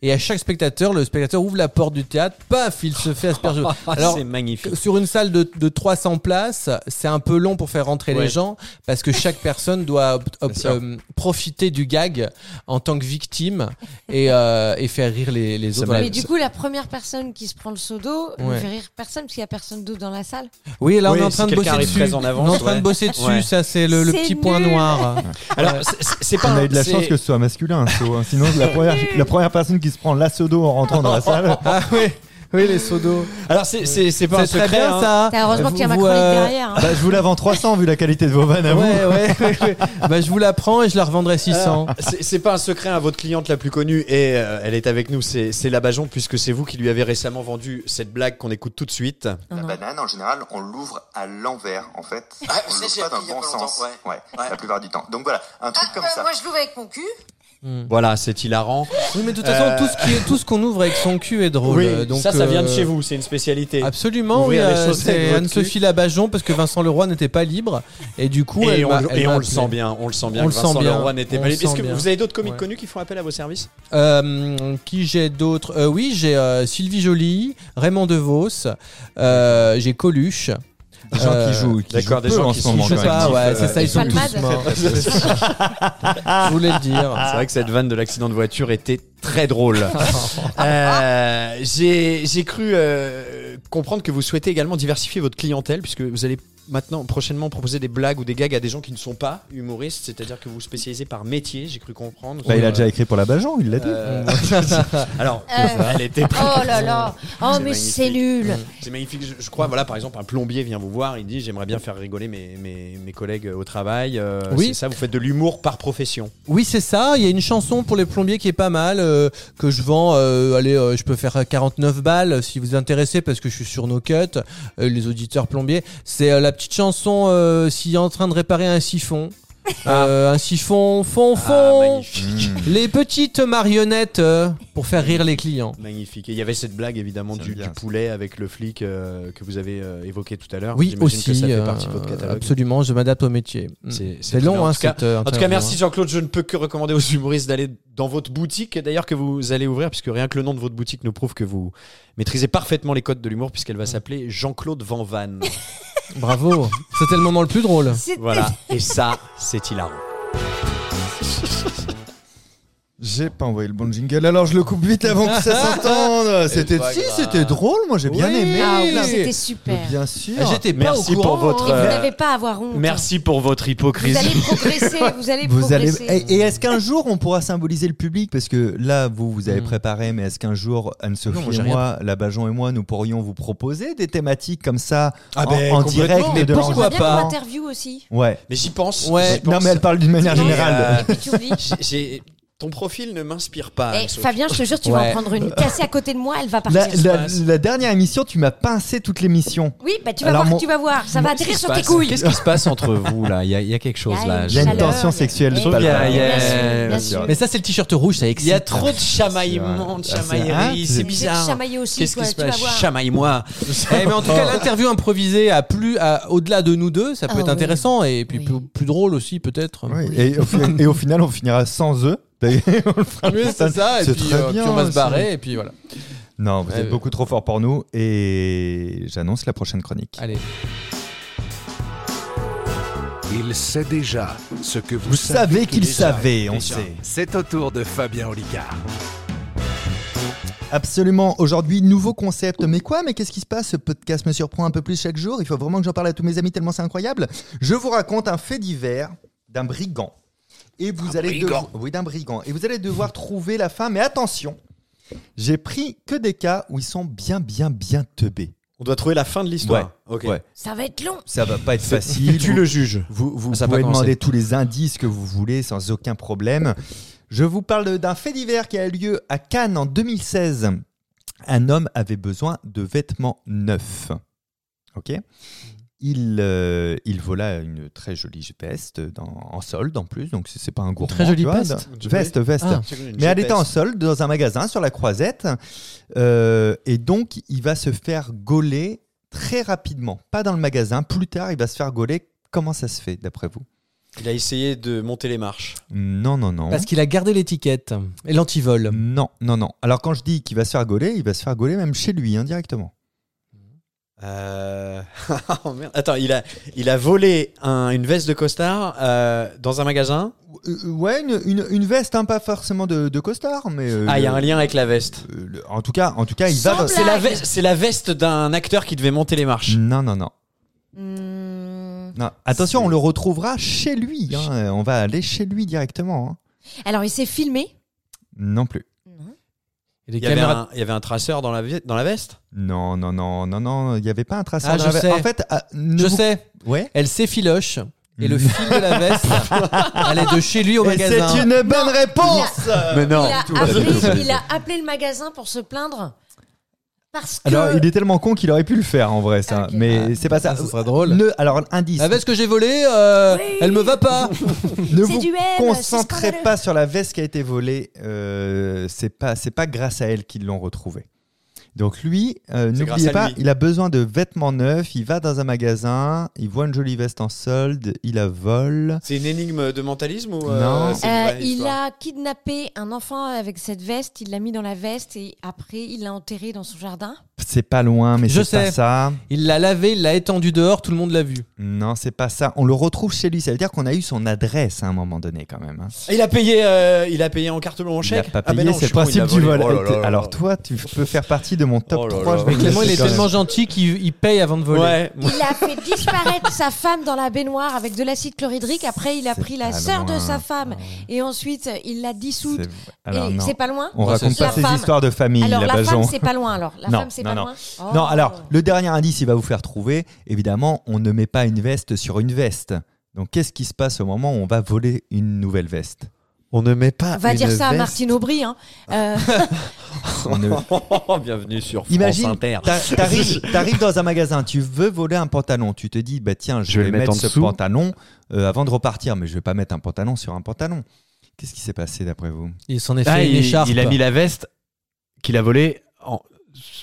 Et à chaque spectateur, le spectateur ouvre la porte du théâtre, paf, il se fait asperger. Alors, Alors, Ah, c'est magnifique. sur une salle de, de 300 places, c'est un peu long pour faire rentrer Ouais. les gens parce que chaque personne doit op- op- Bien sûr. euh, profiter du gag en tant que victime et, euh, et faire rire les, les Ça autres. m'a- Voilà. Mais du coup, la première personne qui se prend le seau d'eau Ouais. ne fait rire personne parce qu'il n'y a personne d'autre dans la salle. Oui, là on Oui, est en si train de quelqu'un bosser arrive dessus. très en on est avance, en train ouais. de bosser dessus, Ouais. ça c'est le, le C'est petit point nul. noir. Alors, c'est- c'est c'est pas. On a un- eu de la c'est- chance que ce soit masculin, un saut, hein. Sinon, la première, la première personne qui se prend l'assaut d'eau en rentrant dans la salle. bah, ah oui, oui les seaux d'eau. Alors, c'est- c'est c'est pas un C'est très secret. bien hein. ça. T'as heureusement Ah, Vous- qu'il y a ma vous, chronique euh, derrière. hein. Bah, je vous la vends 300 vu la qualité de vos vannes Ah à vous. Ouais, ouais, ouais, ouais. Bah, je vous la prends et je la revendrai 600. Euh, C'est c'est pas un secret à votre cliente la plus connue et euh, elle est avec nous, c'est c'est la Bajon puisque c'est vous qui lui avez récemment vendu cette blague qu'on écoute tout de suite. Non, La non. banane, en général, on l'ouvre à l'envers, en fait. Ah, on ça, j'ai l'ouvre pas dans le appris il y a bon pas longtemps, sens. ouais. Ouais. Ah, bah la plupart du temps. Donc voilà, un truc comme ça. Ah, euh, je l'ouvre avec mon cul. Mm. Voilà, c'est hilarant. Oui, mais de toute façon, Euh, tout ce qui est- tout ce qu'on ouvre avec son cul est drôle. Euh, donc, ça, ça vient de euh, chez vous, c'est une spécialité. Absolument, oui, Ouvrir les euh, chaussettes de c'est votre Anne-Sophie Labajon parce que Vincent Leroy n'était pas libre et du coup Et elle on, m'a- le- elle et m'a on le appelé. sent bien, on le sent bien On que le Vincent sent bien, Leroy n'était on pas le libre. Est-ce sent que bien. vous avez d'autres comiques Ouais. connus qui font appel à vos services Euh, qui j'ai d'autres Euh, Oui, j'ai euh, Sylvie Joly, Raymond DeVos, euh, j'ai Coluche. Des gens Euh, qui jouent, qui d'accord, jouent des peu gens en qui ce sont- moment. Je sais quand même. pas, ouais, euh, c'est ça, ils sont Palmade. tous morts. Je voulais le dire. C'est vrai que cette vanne de l'accident de voiture était très drôle. Euh, J'ai j'ai cru euh, comprendre que vous souhaitez également diversifier votre clientèle puisque vous allez maintenant prochainement proposer des blagues ou des gags à des gens qui ne sont pas humoristes, c'est-à-dire que vous vous spécialisez par métier. J'ai cru comprendre. Bah, il a Euh, déjà écrit pour la Bajon, il l'a dit. euh, Alors, Euh. elle était Oh là là. Oh, C'est mais magnifique. Mmh. c'est nul. C'est magnifique. Je, je crois, voilà, par exemple, un plombier vient vous voir, il dit J'aimerais bien faire rigoler mes, mes, mes collègues au travail. Euh, Oui. C'est ça, vous faites de l'humour par profession. Oui, c'est ça. Il y a une chanson pour les plombiers qui est pas mal, euh, que je vends. euh, allez, euh, je peux faire euh, 49 balles euh, si vous êtes intéressé parce que je suis sur nos cuts, euh, les auditeurs plombiers. C'est euh, la petite chanson euh, s'il est en train de réparer un siphon. Euh, un siphon, fond, Ah, fond. Hmm. magnifique. les petites marionnettes euh, pour faire rire les clients. Magnifique. Et il y avait cette blague évidemment J'aime du, bien du ça. poulet avec le flic euh, que vous avez euh, évoqué tout à l'heure. Oui, J'imagine aussi. Que ça fait euh, partie de votre catalogue. absolument, je m'adapte au métier. Mm. C'est- C'est très bien. long, En hein, tout cas, cette, euh, en tout cas, interview, merci hein. Jean-Claude. Je ne peux que recommander aux humoristes d'aller dans votre boutique, d'ailleurs que vous allez ouvrir, puisque rien que le nom de votre boutique nous prouve que vous maîtrisez parfaitement les codes de l'humour, puisqu'elle Mm. va s'appeler Jean-Claude Van Van. Bravo. C'était le moment le plus drôle. C'était- voilà. Et ça, c'est hilarant. J'ai pas envoyé le bon jingle, alors je le coupe vite avant que ça s'entende. C'était pas si, grave. c'était drôle, moi j'ai bien Oui. aimé. Ah oui, Mais- c'était super. Bien sûr. J'étais pas Merci au pour courant. votre, Et vous euh, n'avez pas à avoir honte. hein. Merci pour votre Vous hypocrisie. allez progresser, vous allez Vous allez... Eh, progresser. Et, et est-ce qu'un jour on pourra symboliser le public Parce que là, vous vous avez Mm. préparé, mais est-ce qu'un jour Anne-Sophie Non, moi, j'ai et rien moi, la Bajon et moi, nous pourrions vous proposer des thématiques comme ça Ah en, ben, en complètement. direct Mais de pourquoi J'aimerais l'enregistrement bien pas qu'on interview aussi. Ouais. Mais j'y pense. Ouais. j'y pense. Non, mais elle parle d'une manière Non, mais, euh, générale. Et tu oublies. J'ai- j'ai- Ton profil ne m'inspire pas. hein, Eh, Anne-Sophie. Fabien, je te jure, tu vas Ouais. en prendre une. Cassée à côté de moi, elle va partir. La, la- la dernière émission, tu m'as pincé toute l'émission. Oui, bah tu vas Alors, voir, mon- tu vas voir. Ça va Qu'est-ce atterrir qui se sur tes passe couilles. Qu'est-ce qui se passe entre vous là Il y, a- il y a quelque chose Il y a là. une Il y a une Chaleur, tension il y a- sexuelle. il y a- je peux il y a- pas le il y a- faire. Bien sûr. sûr, Mais bien sûr. ça, c'est le t-shirt rouge, ça Il excite. y a trop de C'est chamaillement, vrai. de chamaillerie. Ah, C'est Mais je vais te bizarre. chamailler aussi, Qu'est-ce toi, qui se tu vas passe voir. Chamaille-moi. Eh, mais en tout cas, Oh. l'interview improvisée a plus à- au-delà de nous deux, ça peut Ah être oui. intéressant et puis Oui. plus, plus drôle aussi peut-être. Oui, Et, au fi- et au final, on finira sans eux. Oui, c'est ça. Et C'est puis, très euh, bien, puis on va se c'est- barrer et puis voilà. Non, vous Ouais, êtes ouais. beaucoup trop fort pour nous et j'annonce la prochaine chronique. Allez. Il sait déjà ce que vous, Vous savez qu'il déjà. savait, on Déjà. sait. C'est au tour de Fabien Olicard. Absolument. Aujourd'hui, nouveau concept. Mais quoi Mais qu'est-ce qui se passe Ce podcast me surprend un peu plus chaque jour. Il faut vraiment que j'en parle à tous mes amis tellement c'est incroyable. Je vous raconte un fait divers d'un brigand. Et vous allez brigand. devoir- oui, d'un brigand. Et vous allez devoir trouver la fin. Mais attention, j'ai pris que des cas où ils sont bien, bien, bien teubés. On doit trouver la fin de l'histoire. Ok. Ouais. Ça va être long. Ça va pas être Et facile. tu le juges. Vous, vous Ah, ça a pouvez pas commencé. demander tous les indices que vous voulez sans aucun problème. Je vous parle d'un fait divers qui a eu lieu à Cannes en 2016. Un homme avait besoin de vêtements neufs. Ok Il, euh, il vola une très jolie veste dans- en solde en plus, donc c'est c'est pas un gourmand. très jolie tu vois, veste de- Veste, veste. Ah. Mais elle était en solde dans un magasin sur la croisette. Euh, et donc, il va se faire gauler très rapidement. Pas dans le magasin. Plus tard, il va se faire gauler. Comment ça se fait, d'après vous Il a essayé de monter les marches. Non, non, non. Parce qu'il a gardé l'étiquette et l'antivol. Non, non, non. Alors, quand je dis qu'il va se faire gauler, il va se faire gauler même chez lui, hein, indirectement. Euh... oh, merde. Attends, il a, il a volé un- une veste de costard euh, dans un magasin. Euh, ouais, une, une- une veste, hein, pas forcément de, de costard, mais. euh, Ah, il y a le- un lien avec la veste. euh, le- en, tout cas, en tout cas, il Sans va. dans- blague. C'est la, veste- c'est la veste d'un acteur qui devait monter les marches. Non, non, non. Hmm. non. Attention, on le retrouvera chez lui. hein. Euh, On va aller chez lui directement. hein. Alors, il s'est filmé. Non plus. Et les Il y, avait caméras. un, il y avait un traceur dans la, vi- dans la veste Non, non, non, non, non, il n'y avait pas un traceur. Ah, dans je la- sais. En fait, ah, ne Je vous- sais, Ouais. elle s'effiloche et Mm. le fil de la veste allait de chez lui au Et magasin. C'est une bonne réponse. Mais non il, a va bien, tout va appelé, bien. il a appelé le magasin pour se plaindre. Parce que. euh, Alors, il est tellement con qu'il aurait pu le faire en vrai, ça. Ok. Mais c'est pas ça. Ah, ça serait drôle. Ah, Ne- alors, indice. La veste que j'ai volée, euh, Oui. elle me va pas. Ne C'est vous du M, c'est concentrez scandaleux. pas sur la veste qui a été volée. euh, c'est pas, c'est pas grâce à elle qu'ils l'ont retrouvée. Donc lui, euh, C'est grâce n'oubliez à pas, lui. il a besoin de vêtements neufs. Il va dans un magasin, il voit une jolie veste en solde, il la vole. C'est une énigme de mentalisme ou Non. c'est une Euh, vraie il histoire a kidnappé un enfant avec cette veste, il l'a mis dans la veste et après il l'a enterré dans son jardin. C'est pas loin, mais Je c'est pas sais. ça. Il l'a lavé, il l'a étendu dehors, tout le monde l'a vu. Non, c'est pas ça. On le retrouve chez lui. Ça veut dire qu'on a eu son adresse à un moment donné, quand même. hein. Il a payé, euh, il a payé en carte blanche Il en n'a chèque. pas Ah, payé, ben non, je c'est le suis con, il principe a du volé. vol. Oh là là là Alors, là. toi, tu peux faire partie de mon top Oh là 3. là. je vais Mais te Clément, il laisser est quand même. tellement gentil qu'il il paye avant de voler. Ouais, moi- Il a fait disparaître sa femme dans la baignoire avec de l'acide chlorhydrique, après il a C'est pris la pas sœur de loin. Ah sa femme et ensuite il l'a dissoute. C'est- Alors, Et non. c'est pas loin On Non, raconte c'est pas ça. ces La femme. histoires de famille, Alors là, la Bajon. femme c'est pas loin alors. La Non, femme c'est non, pas non. loin. Non, Oh. alors, le dernier indice, il va vous faire trouver. Évidemment, on ne met pas une veste sur une veste. Donc, qu'est-ce qui se passe au moment où on va voler une nouvelle veste On ne met pas. On va une dire ça à veste- Martine Aubry. Hein. Euh, On ne- Oh, Bienvenue sur France Imagine, Inter. t'a- t'arrives t'arrives dans un magasin, tu veux voler un pantalon, tu te dis, bah tiens, je, vais, mettre, en ce dessous. pantalon euh, avant de repartir, mais je vais pas mettre un pantalon sur un pantalon. Qu'est-ce qui s'est passé d'après vous Il s'en est fait Ah, une écharpe. la veste qu'il a volée en.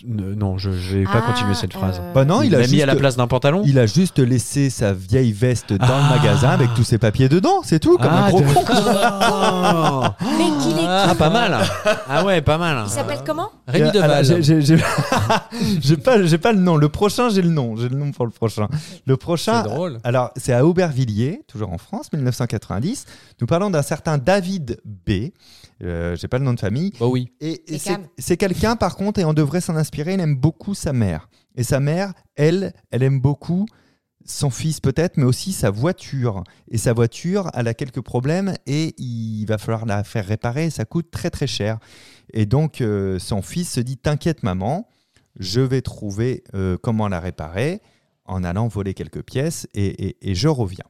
Non, je je vais pas ah, continuer cette phrase. euh, Bah non, il, il a l'a juste, mis à la place d'un pantalon. il a juste laissé sa vieille veste dans Ah. le magasin avec tous ses papiers dedans, c'est tout, comme un gros con. con. Mais qu'il est. Ah, pas mal. Ah ouais, pas mal. Il s'appelle comment Rémi Euh, alors, j'ai- Deval. j'ai- J'ai j'ai pas, j'ai pas le nom. Le prochain, j'ai le nom. J'ai le nom pour le prochain. Le C'est prochain, drôle. Alors, c'est à Aubervilliers, toujours en France, 1990. Nous parlons d'un certain David B. Euh, J'ai pas le nom de famille. Bah oui. Et, et C'est c'est calme. c'est quelqu'un, par contre, et on devrait s'en inspirer. Il aime beaucoup sa mère. Et sa mère, elle, elle aime beaucoup son fils peut-être, mais aussi sa voiture. Et sa voiture, elle a quelques problèmes et il va falloir la faire réparer. Ça coûte très très cher. Et donc, euh, son fils se dit T'inquiète, maman, je vais trouver euh, comment la réparer en allant voler quelques pièces et, et- et je reviens.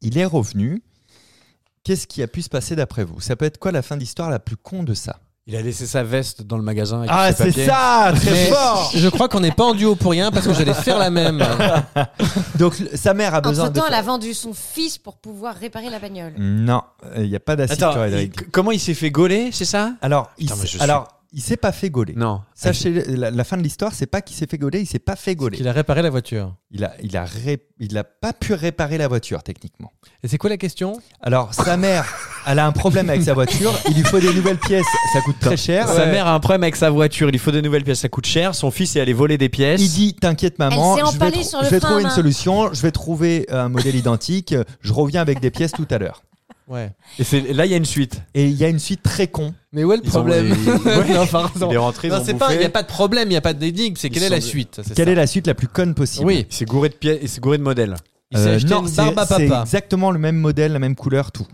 Il est revenu. Qu'est-ce qui a pu se passer d'après vous Ça peut être quoi la fin d'histoire la plus con de ça Il a laissé sa veste dans le magasin. avec Ah, ses c'est papiers. ça Très Mais fort Je crois qu'on n'est pas en duo pour rien parce que j'allais faire la même. Donc, le- sa mère a besoin Entre de... temps, elle a vendu son fils pour pouvoir réparer la bagnole. Non, euh, il n'y a pas d'acide Attends, il- chlorhydrique. c- comment il s'est fait gauler, c'est ça Alors, il Putain, mais je s'est- suis- alors, il s'est pas fait gauler. Non. Sachez, la, la fin de l'histoire, c'est pas qu'il s'est fait gauler, il s'est pas fait gauler. Il a réparé la voiture. Il a, il a, ré- il a pas pu réparer la voiture, techniquement. Et c'est quoi la question Alors, sa mère, elle a un problème avec sa voiture, il lui faut des nouvelles pièces, ça coûte très cher. Sa mère a un problème avec sa voiture, il lui faut des nouvelles pièces, ça coûte cher. Son fils est allé voler des pièces. Il dit T'inquiète, maman, Elle s'est je vais, empalée trou- sur le je vais frein à trouver une main. solution, je vais trouver un modèle identique, je reviens avec des pièces tout à l'heure. Ouais. Et c'est- là, il y a une suite. Et il y a une suite très con. Mais où est le Ils ont- problème ils- Non, pardon. Il est rentré, ils Non, ont c'est pas. Il bouffé. n'y a pas de problème, il n'y a pas d'énigme. C'est Ils quelle est sont la de- suite c'est Quelle ça. est la suite la plus conne possible Oui. Il s'est gouré de pièces, il s'est gouré de modèles. Il s'est Euh, acheté non, une c'est- barbe à c'est papa. exactement le même modèle, la même couleur, tout.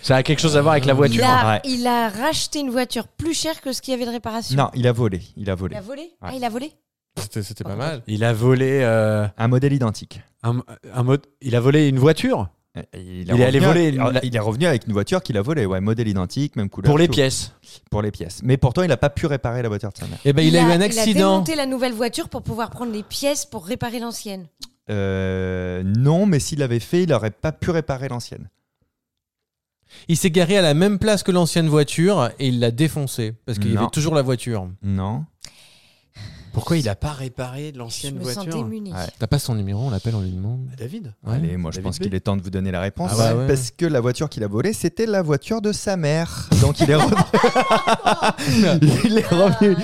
Ça a quelque chose à voir avec la Il voiture. a, Ouais. il a racheté une voiture plus chère que ce qu'il y avait de réparation. Non, il a volé, il a volé. Il a volé Ah, Ouais. il a volé C'était c'était pas mal. Il a volé euh, Un modèle identique. Euh, un, un mot- Il a volé une voiture. Il, Il est allé revenu- voler il- une- Il est revenu avec une voiture qu'il a volée, ouais, modèle identique, même couleur. Pour les tout. pièces. Pour les pièces. Mais pourtant, il n'a pas pu réparer la voiture de sa mère. Eh ben, il, a eu un Il a accident. démonté la nouvelle voiture pour pouvoir prendre les pièces pour réparer l'ancienne. Euh, non, mais s'il l'avait fait, il n'aurait pas pu réparer l'ancienne. Il s'est garé à la même place que l'ancienne voiture et il l'a défoncé parce qu'il y Non. avait toujours la voiture. Non. Pourquoi il a pas réparé Je l'ancienne me sens voiture démunie. Ouais. T'as pas son numéro, on l'appelle, on lui demande. David Ouais. Allez, moi je David pense B. qu'il est temps de vous donner la réponse. Ah bah ouais. Parce que la voiture qu'il a volée, c'était la voiture de sa mère. Donc il est revenu, il est revenu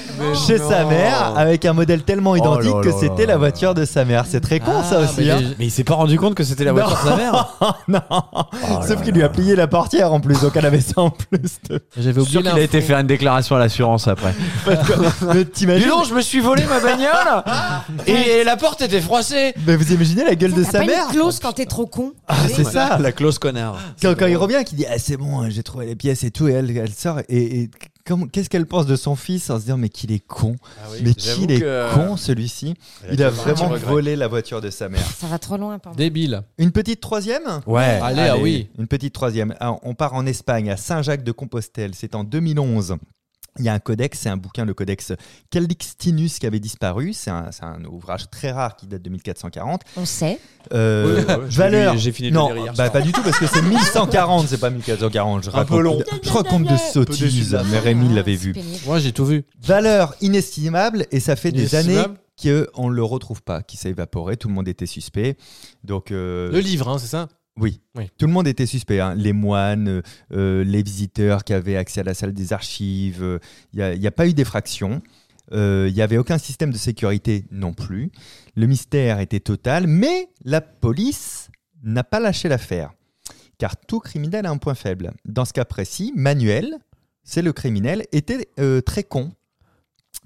chez sa Ah, non. Oh mère avec un modèle tellement identique là que là c'était là la là. voiture de sa mère. C'est très con ça aussi. hein. Mais il s'est pas rendu compte que c'était la Non. voiture de sa mère non. oh Sauf qu'il lui a plié la portière en plus, donc elle avait ça en plus. de- J'avais Je suis oublié sûr qu'il a été faire une déclaration à l'assurance après. Mais t'imagines Dis donc, je me suis volé ma bagnole et la porte était froissée. Mais vous imaginez la gueule de T'as sa pas mère une clause Ah, quand t'es trop con. Ah, C'est ça. La clause connard. Quand, quand il revient, qu'il dit ah, c'est bon, hein, j'ai trouvé les pièces et tout, et elle, elle sort et, et comme- qu'est-ce qu'elle pense de son fils en se disant mais qu'il est con, mais qu'il est con celui-ci. Il a vraiment volé la voiture de sa mère. Ça va trop loin pour moi. Débile. Une petite troisième. Ouais. Allez, ah oui. Une petite troisième. Ah, on part en Espagne, à Saint-Jacques-de-Compostelle. C'est en 2011. Il y a un codex, c'est un bouquin, le codex Calixtinus qui avait disparu. C'est un, c'est un ouvrage très rare qui date de 1440. On sait. Euh, Oui, bah ouais, je l'ai valeur. lu- j'ai fini de le non, lire hier bah, soir. pas du tout parce que c'est 1140, c'est pas 1440. Je Un peu raconte- long. Je raconte de sottises, mais Rémi Ah, l'avait c'est vu. pénible. Moi, j'ai tout vu. Valeur inestimable et ça fait des Inestimable. années qu'on ne le retrouve pas, qui s'est évaporé. Tout le monde était suspect. Donc euh, Le livre, hein, c'est ça oui. Oui. Tout le monde était suspect. hein. Les moines, euh, euh, les visiteurs qui avaient accès à la salle des archives. euh, Il n'y a, pas eu d'effraction. Euh, Il n'y avait aucun système de sécurité non plus. Le mystère était total, mais la police n'a pas lâché l'affaire. Car tout criminel a un point faible. Dans ce cas précis, Manuel, c'est le criminel, était euh, très con.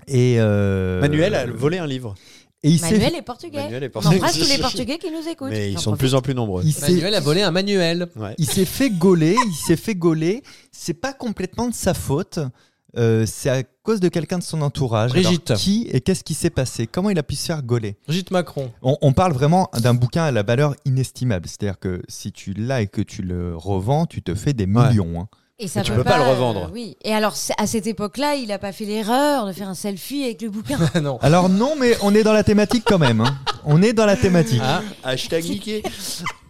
Et euh, Manuel a volé un livre. et il s'est- Manuel est portugais. Manuel est On portugais. embrasse tous les portugais qui nous écoutent. Mais ils On sont de profite. plus en plus nombreux. il s'est- Manuel a volé un manuel. Ouais. il s'est fait gauler, il s'est fait gauler. C'est pas complètement de sa faute. Euh, c'est à cause de quelqu'un de son entourage. Brigitte. Alors, qui et qu'est-ce qui s'est passé Comment il a pu se faire gauler Brigitte Macron. on, on parle vraiment d'un bouquin à la valeur inestimable. C'est-à-dire que si tu l'as et que tu le revends, tu te fais des millions. hein. Et ça Mais tu peut peux pas le revendre. euh, oui. Et alors, c'est- à cette époque-là, il a pas fait l'erreur de faire un selfie avec le bouquin. non. Alors non, mais on est dans la thématique quand même. hein. On est dans la thématique. Ah, Hashtag niqué.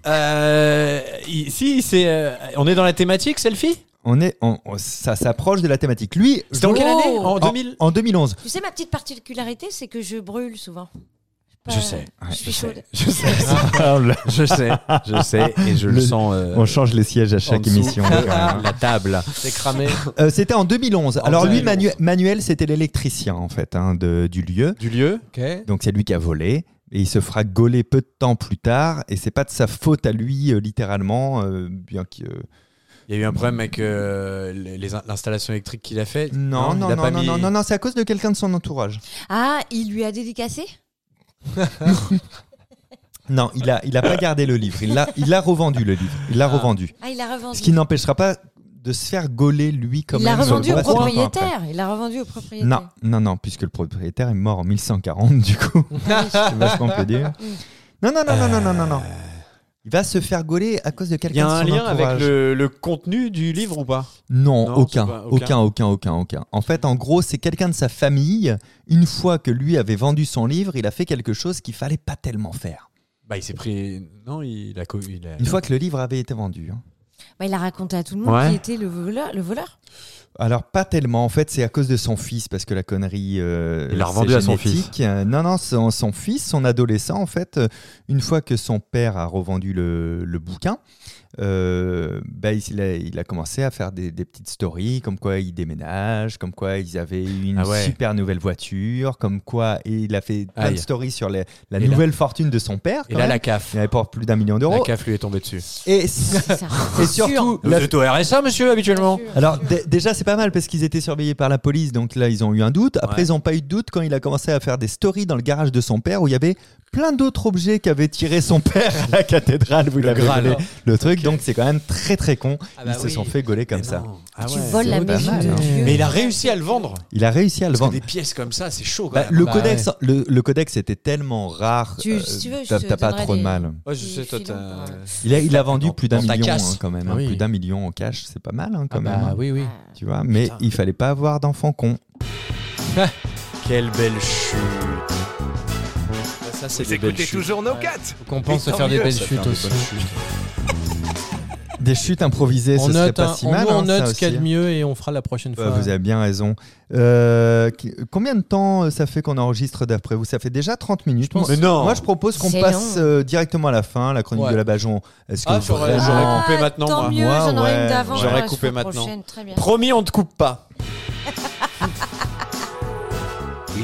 Euh, il- si, c'est. euh, on est dans la thématique selfie On est, on- on- ça s'approche de la thématique. Lui, C'était en Oh. quelle année En en- 2000 en 2011. tu sais, ma petite particularité, c'est que je brûle souvent. Je sais. Je suis chaude. Je sais. je sais. Je sais. Et je le, Le- sens. euh, On change les sièges à chaque en dessous. émission. quand même. La table. c'est cramé. Euh, c'était en 2011. En Alors lui, 2011. Manu- Manuel, c'était l'électricien en fait hein, de- du lieu. Du lieu Ok. Donc c'est lui qui a volé. Et il se fera gauler peu de temps plus tard. Et c'est pas de sa faute à lui, euh, littéralement. euh, bien que. euh, Il y a eu un problème avec euh, les- les in- l'installation électrique qu'il a fait. Non, il non, a non, pas non, mis- non, non, non, c'est à cause de quelqu'un de son entourage. Ah, il lui a dédicacé Non, il a, il a pas gardé le livre. Il l'a, il l'a revendu le livre. Il l'a revendu. Ah, il l'a revendu. Ce qui n'empêchera pas de se faire gauler lui quand il l'a même. revendu sur au le bras, cinq ans après. propriétaire. Il l'a revendu au propriétaire. Non, non, non, puisque le propriétaire est mort en 1140, du coup. C'est vachement peu dire. Non, non, non, non, non, non, non, non. Il va se faire gauler à cause de Euh. Il y a quelqu'un un de son lien entourage. avec le, le contenu du livre ou pas Non, Non, aucun, c'est pas- aucun, aucun, aucun, aucun. En fait, en gros, c'est quelqu'un de sa famille. Une fois que lui avait vendu son livre, il a fait quelque chose qu'il fallait pas tellement faire. Bah, il s'est pris. Non, il a. co- Il a... Une fois que le livre avait été vendu. hein. Bah, il a raconté à tout le monde Ouais. qui était le voleur. Le voleur. Alors pas tellement, en fait c'est à cause de son fils parce que la connerie... euh, Il l'a c'est revendu à son génétique. Euh, non, non, son, son fils, son adolescent en fait, euh, une fois que son père a revendu le, le bouquin, euh, bah, il, a, il a commencé à faire des, des petites stories comme quoi il déménage, comme quoi ils avaient eu une Ah ouais. super nouvelle voiture, comme quoi et il a fait plein Aïe. de stories sur les- la Et là- nouvelle fortune de son père. Et quand là, même. la CAF. Il avait pour plus d'un million La d'euros. CAF lui est tombée dessus. Et, C'est ça. et surtout, Vous la- êtes au RSA, monsieur, habituellement alors dé- déjà c'est pas mal parce qu'ils étaient surveillés par la police donc là ils ont eu un doute. Après Ouais. ils n'ont pas eu de doute quand il a commencé à faire des stories dans le garage de son père où il y avait plein d'autres objets qu'avait tiré son père à la cathédrale. Vous l'avez Graal. volé, le truc. Donc c'est quand même très très con. Ah bah Ils se oui. sont fait gauler comme ça. Tu voles la Ah pas maison mal, de hein. Dieu. Mais il a réussi à le vendre. Il a réussi à le Parce que vendre. des pièces comme ça, c'est chaud quand Bah, même. le, bah codex, le, le codex était tellement rare. euh, Tu- si tu veux, je t'as- te t'as pas donnerai trop de des- mal. Ouais, je sais, toi, Filons, t'as- pardon. Il a, il a vendu Dans- plus d'un dans ta million casse. hein, quand même. Ah hein. oui. Plus d'un million en cash, c'est pas mal hein, quand Ah même. bah oui, oui. Tu vois, mais Putain. il fallait pas avoir d'enfant con. Quelle belle chute. Ça, c'est Vous des belles écoutez chutes. toujours nos quatre Faut qu'on pense Mais à tant faire des mieux, belles Ça fait un chutes peu aussi. bonne chute. Des chutes improvisées, On ce serait note, pas hein, si on, mal. on hein, ça note ce aussi, qu'il y a de hein. mieux et on fera la prochaine Bah, fois. Vous avez bien raison. Euh, qui- combien de temps euh, ça fait qu'on enregistre d'après vous Ça fait déjà 30 minutes. pense- Mais non. Moi, je propose qu'on C'est passe long. euh, directement à la fin, la chronique Ouais. de la Bajon. Est-ce que Ah, j'aurais vraiment- j'aurais coupé maintenant, Tant moi. mieux, Moi, j'en aurais ouais, une d'avant. j'aurais pour la coupé semaine maintenant. prochaine, Très bien. Promis, on te coupe pas.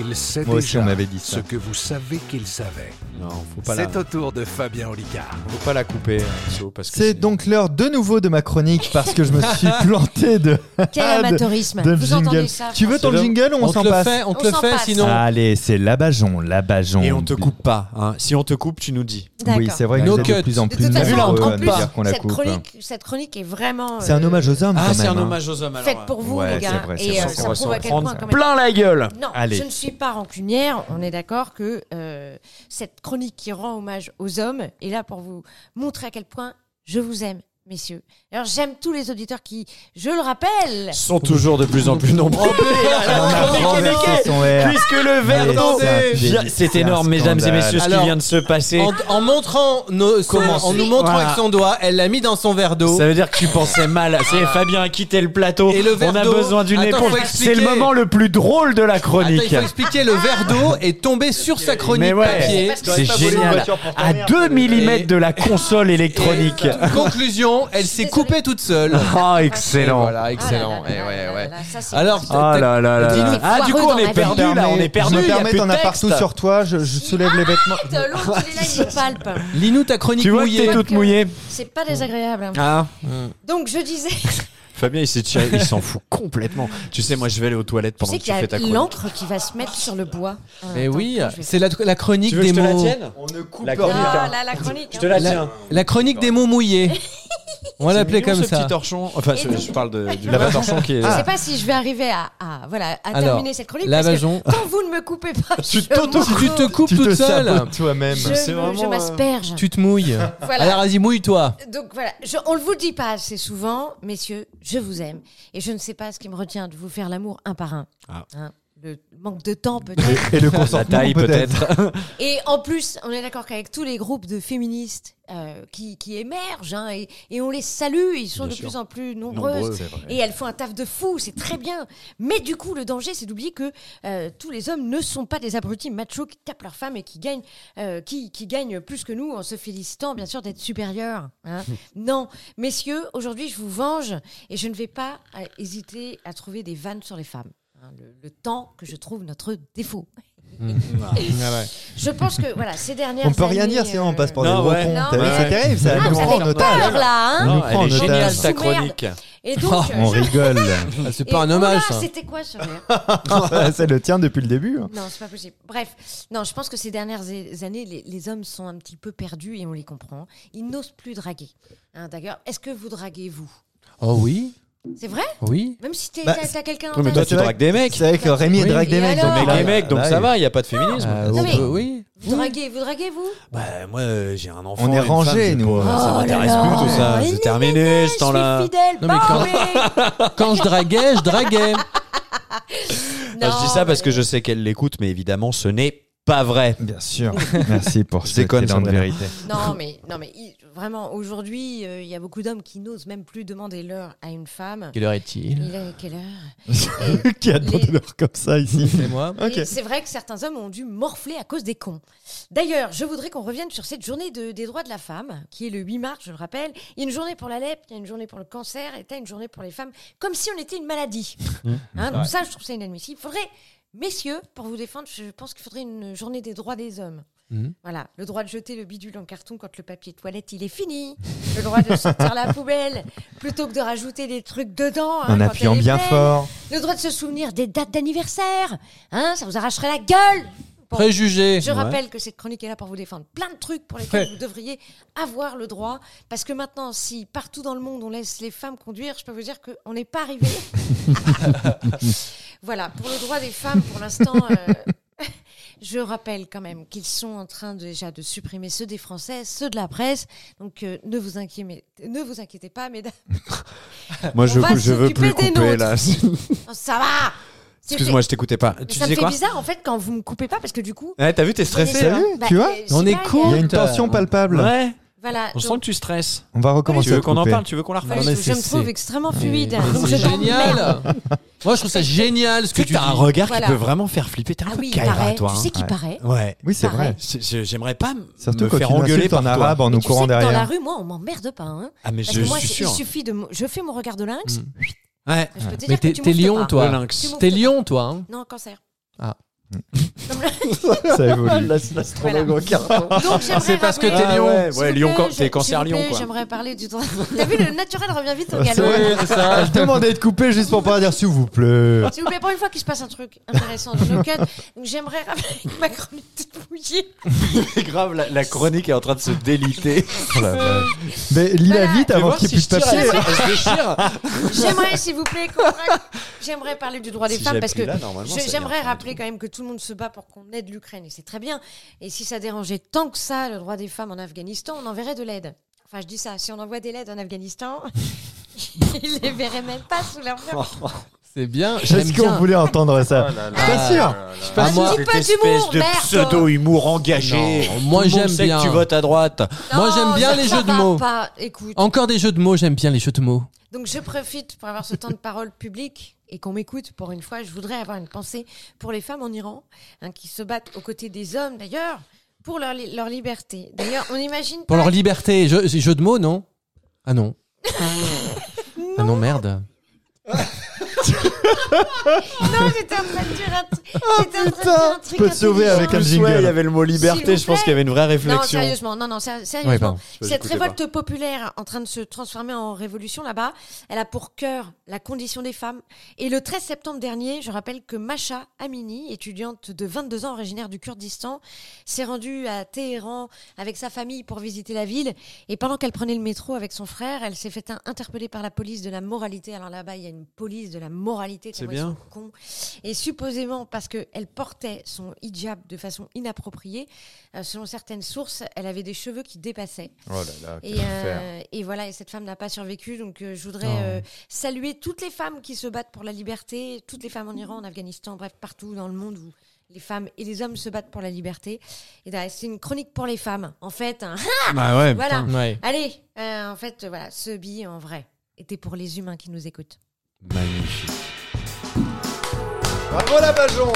Il sait Moi aussi, déjà on m'avait dit ce ça. que vous savez qu'il savait. Non, faut pas la, C'est au tour de Fabien Olicard. faut pas la couper. euh, Flo, parce que C'est donc l'heure de nouveau de ma chronique parce que je me suis planté de, Quel Ah, de- amateurisme. de Vous entendez jingle. ça Tu veux ton C'est l'heure- jingle ou on, On, te s'en le passe fait, on te On le s'en fait, passe. sinon Allez, c'est la Bajon, la Bajon. Et on te coupe pas. hein. Si on te coupe, tu nous dis. D'accord. Oui, c'est vrai que No vous êtes de cut. plus en De plus toute façon, nombreux à en euh, nous plus, dire qu'on la cette coupe. hein. chronique, cette chronique est vraiment. C'est un euh, hommage aux hommes quand Ah, hein. c'est même, un hein. hommage aux hommes alors. Faite pour vous, Ouais, les c'est gars. vrai, c'est Et vrai, euh, c'est ça vrai, prouve à quel prendre point, quand même. plein la gueule. Non, Allez. je ne suis pas rancunière. On est d'accord que euh, cette chronique qui rend hommage aux hommes est là pour vous montrer à quel point je vous aime, messieurs. Alors j'aime tous les auditeurs qui, je le rappelle, Sont toujours de plus en plus nombreux. On a renversé son air. Puisque le verre Allez, d'eau. c'est un vient- délice, C'est c'est un énorme, mesdames et scandale. messieurs, ce qui Alors, vient de se passer. En, en montrant nos, son- Comment en c'est- nous montrant Voilà. avec son doigt, elle l'a mis dans son verre d'eau. Ça veut dire que tu pensais mal. C'est Fabien a quitté le plateau. Et le verre On a d'eau. besoin d'une Attends, éponge. faut expliquer. C'est le moment le plus drôle de la Attends, il chronique. faut expliquer le verre d'eau est tombé sur sa chronique Ah. Mais ouais, papier. c'est génial. À 2 Et- mm de la console électronique. Et, euh, conclusion, elle s'est Désolée. coupée toute seule. Ah, Et excellent. Voilà, excellent. Ah là là Eh là là ouais, ouais. là là, ça, c'est- Alors, Ah là là là là. Dis-nous, Ah, du coup, foireux on dans la est perdu vie. là. On est perdu. Je me il y a permets, plus de t'en as texte. partout sur toi, je, je soulève les vêtements. l'autre, il est là, il me palpe. lis-nous ta chronique Tu vois, que mouillée. t'es toute mouillée. C'est pas désagréable. hein. Ah. Donc je disais, Fabien, il s'est tiré- il s'en fout complètement. Tu sais, moi, je vais aller aux toilettes tu pendant sais que tu qu'il y fais ta a chronique. l'encre qui va se mettre sur le bois. Ah, Mais attends, Eh oui, attends, je vais- c'est la, la chronique Tu veux que des je te la mots. tienne On ne coupe La rien. chronique, Ah hein. la chronique. Je te la hein. tiens. La chronique des mots mouillés. On va l'appeler mignon, comme ce ça. petit torchon. Enfin, je, Et donc- Ah. je parle de, du lavatorchon qui est. Je sais pas si je vais arriver à, à, voilà, à Alors, terminer cette chronique. la parce que Bajon. Quand vous ne me coupez pas, Tu je t'auto- Si tu te m'en- coupes Tu te toute seule, sabotes toi-même. je c'est me- je vraiment, m'asperge. tu te mouilles. Voilà. Alors Ah, vas-y, mouille-toi. Donc voilà, je- on ne vous le dit pas assez souvent, messieurs, je vous aime. Et je ne sais pas ce qui me retient de vous faire l'amour un par un. Ah. Hein, le manque de temps peut-être. Et le La consentement taille, peut-être. et en plus, on est d'accord qu'avec tous les groupes de féministes euh, qui, qui émergent, hein, et, et on les salue, ils sont Bien de sûr. plus en plus nombreuses. Nombreux. Et elles font un taf de fou, c'est très bien. Mais du coup, le danger, c'est d'oublier que euh, tous les hommes ne sont pas des abrutis machos qui tapent leurs femmes et qui gagnent, euh, qui, qui gagnent plus que nous en se félicitant, bien sûr, d'être supérieurs. hein. non, messieurs, aujourd'hui, je vous venge et je ne vais pas euh, hésiter à trouver des vannes sur les femmes. hein, le, le temps que je trouve notre défaut. Je pense que voilà, ces dernières Hmm. On peut rien années, dire sinon on euh, passe pour des Non, gros ouais. cons. Non, T'as vu, ouais. C'est terrible, ça Ah, nous vous prend en avez otage. peur, là, hein nous Non, prend en elle est otage. géniale ta Sous-merde. chronique. Et donc, euh, Oh, On je- rigole. Ah, c'est et- pas un oh hommage, là, ça. C'était quoi ce rire C'est le tien depuis le début. hein. Non, c'est pas possible. Bref, non, je pense que ces dernières a- années, les, les hommes sont un petit peu perdus et on les comprend. Ils n'osent plus draguer. Hein, D'ailleurs, est-ce que vous draguez vous Oh oui, C'est vrai oui. Même si t'es- Bah, t'as c'est- t'as quelqu'un Oui, mais en toi, tête. tu dragues des mecs. C'est vrai que Rémi Oui. drague des Et mecs. alors donc Mec là- et mec, donc là, ça va, il n'y a pas de féminisme. Euh, Non, on mais- peut- oui. Vous draguez, vous draguez vous Bah, moi, euh, j'ai un enfant. On et est une rangés, femme, nous. j'ai pas- Ça Oh m'intéresse là plus là. tout ça. Oui, C'est terminé ce Je temps-là. suis fidèle, Non, mais bah quand- oui. Quand je draguais, je draguais. Enfin, Bah, je dis ça parce que je sais qu'elle l'écoute, mais évidemment, ce n'est pas vrai. Bien sûr. Merci pour Je cette déconne, élan de Sandra. vérité. Non, mais, non, mais il- vraiment, aujourd'hui, euh, il y a beaucoup d'hommes qui n'osent même plus demander l'heure à une femme. Quelle heure est-il Il est quelle heure Qui a demandé Les- l'heure comme ça ici C'est moi. Ok. Et C'est vrai que certains hommes ont dû morfler à cause des cons. D'ailleurs, je voudrais qu'on revienne sur cette journée de- des droits de la femme, qui est le 8 mars, je le rappelle. Il y a une journée pour la lèpre, il y a une journée pour le cancer, et il y a une journée pour les femmes, comme si on était une maladie. Mmh. Hein, donc ça, je trouve ça inadmissible. Faudrait, messieurs, pour vous défendre, je pense qu'il faudrait une journée des droits des hommes. Mmh. Mhm. Voilà, le droit de jeter le bidule en carton quand le papier toilette il est fini, le droit de sortir la poubelle plutôt que de rajouter des trucs dedans. hein, En quand appuyant elle est bien pleine. fort. Le droit de se souvenir des dates d'anniversaire, hein, ça vous arracherait la gueule Bon, Préjugés. Je rappelle que cette chronique est là pour vous défendre plein de trucs pour lesquels vous devriez avoir le droit. Parce que maintenant, si partout dans le monde on laisse les femmes conduire, je peux vous dire qu'on n'est pas arrivé. voilà, pour le droit des femmes, pour l'instant, euh, je rappelle quand même qu'ils sont en train de- déjà de supprimer ceux des Français, ceux de la presse. Donc euh, ne, vous inquiétez, ne vous inquiétez pas, mesdames. Moi, On je, va je veux s'occuper plus des couper là. Oh, ça va C'est Excuse-moi, je t'écoutais pas. fait- Tu Ça me disais fait quoi bizarre en fait quand vous me coupez pas parce que du coup. Ouais, T'as vu, t'es stressé. Salut, tu vois euh, je On sais est pas, cool. Il y gars. a une tension palpable. Ouais. Voilà. On donc, sent que tu stresses. On va Tu recommencer veux à te qu'on en couper. parle Tu veux qu'on la refasse voilà, mais je, je c'est- me trouve c'est- extrêmement fluide. Mais donc C'est je t'emmerde. génial. Moi, je trouve ça génial ce que tu T'as un dis. regard Voilà. qui peut vraiment faire flipper. T'es un Ah peu oui, il Kyra, paraît. toi. tu hein. sais qu'il ouais. paraît. Ouais. Oui, c'est Pareil. vrai. Je- je- J'aimerais pas m- Surtout me quand faire tu engueuler insultes par en toi. arabe en Mais nous tu sais courant que dans la derrière. rue, moi, on m'emmerde pas. hein. Ah mais Parce je que moi, suis c'est- sûr. il suffit de. m- Je fais mon regard de lynx. Ouais. Je peux te dire Mais que t'es tu t'es m'ouvres lion, pas. Le toi. lynx. Tu m'ouvres T'es pas. lion, toi. hein. Non, cancer. Ah. Comme le- Ça évolue. Voilà. Donc, Ah, j'aimerais C'est parce que rappeler- t'es lion. ouais, S'il ouais, vous lion, plaît, quand- je- t'es cancer s'il vous lion plaît, quoi. J'aimerais parler du temps. T'as vu, le naturel revient vite au galop. hein. Oui, c'est ça. Je demandais de couper juste pour pas dire s'il vous plaît. S'il vous plaît, pour une fois qu'il se passe un truc intéressant dans nos cadres, donc j'aimerais rappeler que ma chronique toute mouillée. C'est grave, la, la chronique est en train de se déliter. Mais lis-la Voilà. vite avant qu'il y ait plus de papier. J'aimerais, s'il vous plaît, qu'on rac- J'aimerais parler du droit des Si femmes j'appuie parce que là, normalement, je- ça j'aimerais vient. rappeler quand même que tout le monde se bat pour qu'on aide l'Ukraine et c'est très bien. Et si ça dérangeait tant que ça le droit des femmes en Afghanistan, on enverrait de l'aide. Enfin, je dis ça, si on envoie des l'aide en Afghanistan, ils les verraient même pas sous leur verre. C'est bien. Est-ce J'aime qu'on bien. voulait entendre ça Je suis pas sûr. Ah, moi, Dis pas d'humour, merde pseudo-humour engagé. Non, moi, Tout le monde j'aime sait bien. que tu votes à droite. Moi, Non, j'aime bien ça, les ça jeux de va mots. pas. Écoute, Encore des jeux de mots, j'aime bien les jeux de mots. Donc je profite pour avoir ce temps de parole public et qu'on m'écoute pour une fois. Je voudrais avoir une pensée pour les femmes en Iran, hein, qui se battent aux côtés des hommes d'ailleurs, pour leur, li- leur liberté. D'ailleurs, on imagine... Pour pas- leur liberté, jeu, c'est jeu de mots, non Ah non. Ah non, merde. Non, j'étais en train de dire un, tr- Oh, j'étais en train de dire Putain, un truc... tu peux te sauver intelligent. avec un Ouais, il y jingle. avait le mot S'il liberté, vous je pense plaît. qu'il y avait une vraie Non, réflexion. sérieusement, non, non, sé- Ouais, sérieusement. pardon. Cette J'écoutais révolte populaire en train de se transformer en révolution là-bas, elle a pour cœur la condition des femmes. Et le 13 septembre dernier, je rappelle que Masha Amini, étudiante de 22 ans originaire du Kurdistan, s'est rendue à Téhéran avec sa famille pour visiter la ville. Et pendant qu'elle prenait le métro avec son frère, elle s'est fait un- interpeller par la police de la moralité. Alors là-bas, il y a une police de la moralité. C'est comment ils bien. sont cons. Et supposément parce qu'elle portait son hijab de façon inappropriée, euh, selon certaines sources, elle avait des cheveux qui dépassaient. Oh là là, Et, quel euh, enfer. et voilà, et cette femme n'a pas survécu. Donc, euh, je voudrais Oh. euh, saluer toutes les femmes qui se battent pour la liberté, toutes les femmes en Iran, en Afghanistan, bref, partout dans le monde où les femmes et les hommes se battent pour la liberté. Et d'ailleurs, c'est une chronique pour les femmes, en fait. hein. Bah ouais, Voilà. putain. Ouais. Allez, euh, en fait, euh, voilà, ce billet en vrai était pour les humains qui nous écoutent. Magnifique. Bravo la Bajon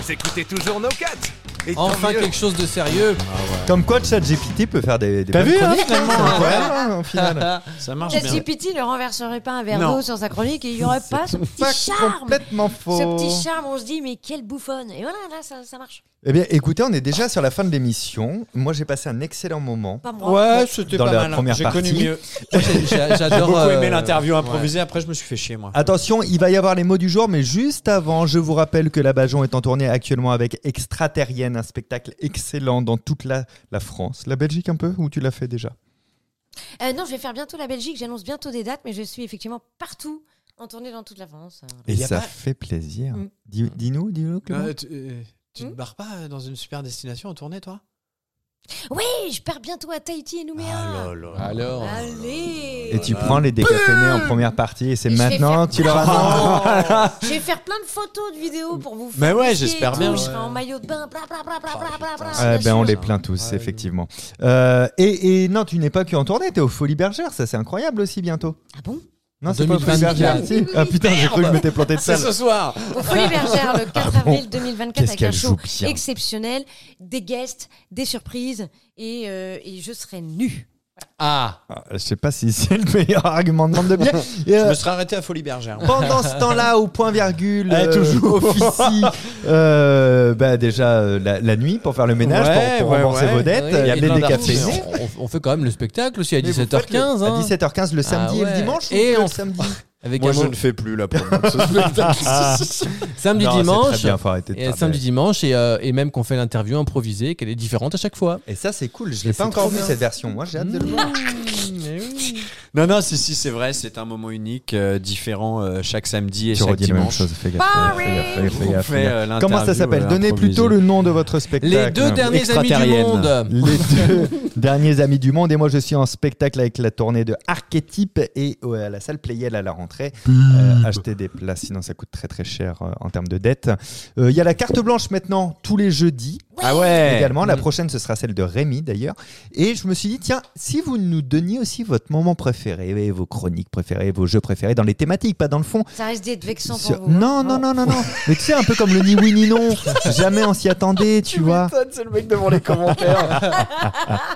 Vous écoutez toujours nos quatre Et tant Enfin mieux. quelque chose de sérieux. Ah Comme quoi ChatGPT peut faire des. des T'as bonnes vu, hein, chroniques, finalement, C'est hein. incroyable, hein, au final. Ça Ah, marche bien. ChatGPT ne renverserait pas un verre Non. d'eau sur sa chronique et il n'y aurait pas ce Pas petit charme. complètement Ce faux. petit charme, on se dit, mais quelle bouffonne. Et voilà, là, ça, ça marche. Eh bien, écoutez, on est déjà sur la fin de l'émission. Moi, j'ai passé un excellent moment. Pas moi. Ouais, c'était Dans pas la mal. première J'ai connu partie. mieux. J'a- J'ai J'adore. beaucoup aimé euh, l'interview improvisée. Après, je me suis fait chier, moi. Attention, il va y avoir les mots du jour, mais juste avant, je vous rappelle que la Bajon est en tournée actuellement avec Extraterrienne, un spectacle excellent dans toute la, la France. La Belgique un peu, ou tu l'as fait déjà Euh, non, je vais faire bientôt la Belgique. J'annonce bientôt des dates, mais je suis effectivement partout en tournée dans toute la France. Euh, Et Et y a ça pas- fait plaisir. Mm. Dis- Dis-nous, dis-nous, Clément. Euh, tu euh, tu te Hmm barres pas euh, dans une super destination en tournée, toi Et je pars bientôt à Tahiti et Nouméa. Ah, Alors. Allez. Ah, et tu prends les décaféinés en première partie, et c'est Et je vais maintenant faire tu leur plein de annonces. photos. Je vais faire plein de photos, de vidéos pour vous. Mais faire ouais, kiffer et j'espère tout. bien. Je serai en maillot de bain, bla bla bla bla Oh, bla bla. putain. bla, Ouais, Ah, bien Eh ben, sûr. on les hein. plaint tous, Ouais, effectivement. Euh, et, et non, tu n'es pas que en tournée, t'es au Folie Bergère, ça c'est incroyable aussi bientôt. Ah bon Non, c'est pas au Folie 2024. Bergère. si. Ah putain, j'ai cru que je m'étais planté de C'est salle. ce soir Au Folie Bergère, le 4 Ah bon avril 2024, Qu'est-ce avec un qu'elle joue show bien. exceptionnel, des guests, des surprises, et, euh, et je serai nue. Ah. Ah, Je sais pas si c'est le meilleur argument de vente de euh, bien. Je me serais arrêté à Folie Bergère. Pendant ce temps-là, au point virgule, euh, Ah, toujours. officie, euh, bah déjà euh, la, la nuit pour faire le ménage, pour, Ouais, pour ouais, rembourser ouais. vos dettes, Ouais, euh, il y a les plein décaféinés. d'artistes. On, on fait quand même le spectacle aussi à Mais vous faites le- 17h15. hein. À 17h15 le samedi Ah ouais. et le dimanche Et ou que on le f- samedi Avec Moi, un je mot- ne fais plus la promo de ce spectacle. Ah. samedi Non, c'est dimanche. Très bien, faut arrêter de Et faire samedi des- dimanche et, euh, et même qu'on fait l'interview improvisée qu'elle est différente à chaque fois. Et ça, c'est cool. Je l'ai c'est pas encore trop vu bien. Mm. cette version. Moi, j'ai hâte de le voir. Mmh, non, non, si, si, c'est vrai. C'est un moment unique, euh, différent euh, chaque samedi et Tu chaque redis la même dimanche. chose. Fais gaffe. Boring. fais gaffe, fais On gaffe, fais fait, gaffe. euh, Comment ça l'interview, s'appelle euh, Donnez plutôt le nom de votre spectacle. Les deux derniers amis du Extraterrienne. monde. Les deux derniers amis du monde. Et moi, je suis en spectacle avec la tournée de Archétype et ouais, à la salle Playel à la rentrée. Euh, acheter des places, sinon ça coûte très très cher euh, en termes de dette. Euh, Il y a la carte blanche maintenant tous les jeudis Ah ouais. également. La Mm. prochaine, ce sera celle de Rémi d'ailleurs. Et je me suis dit, tiens, si vous nous donniez aussi votre moment préféré, et vos chroniques préférées, vos jeux préférés dans les thématiques, pas dans le fond. Ça risque d'être vexant Sur- pour vous. Oh. Non, non, non, non, non. Mais tu sais, un peu comme le ni oui ni non. Jamais on s'y attendait, tu vois. C'est le mec devant les commentaires.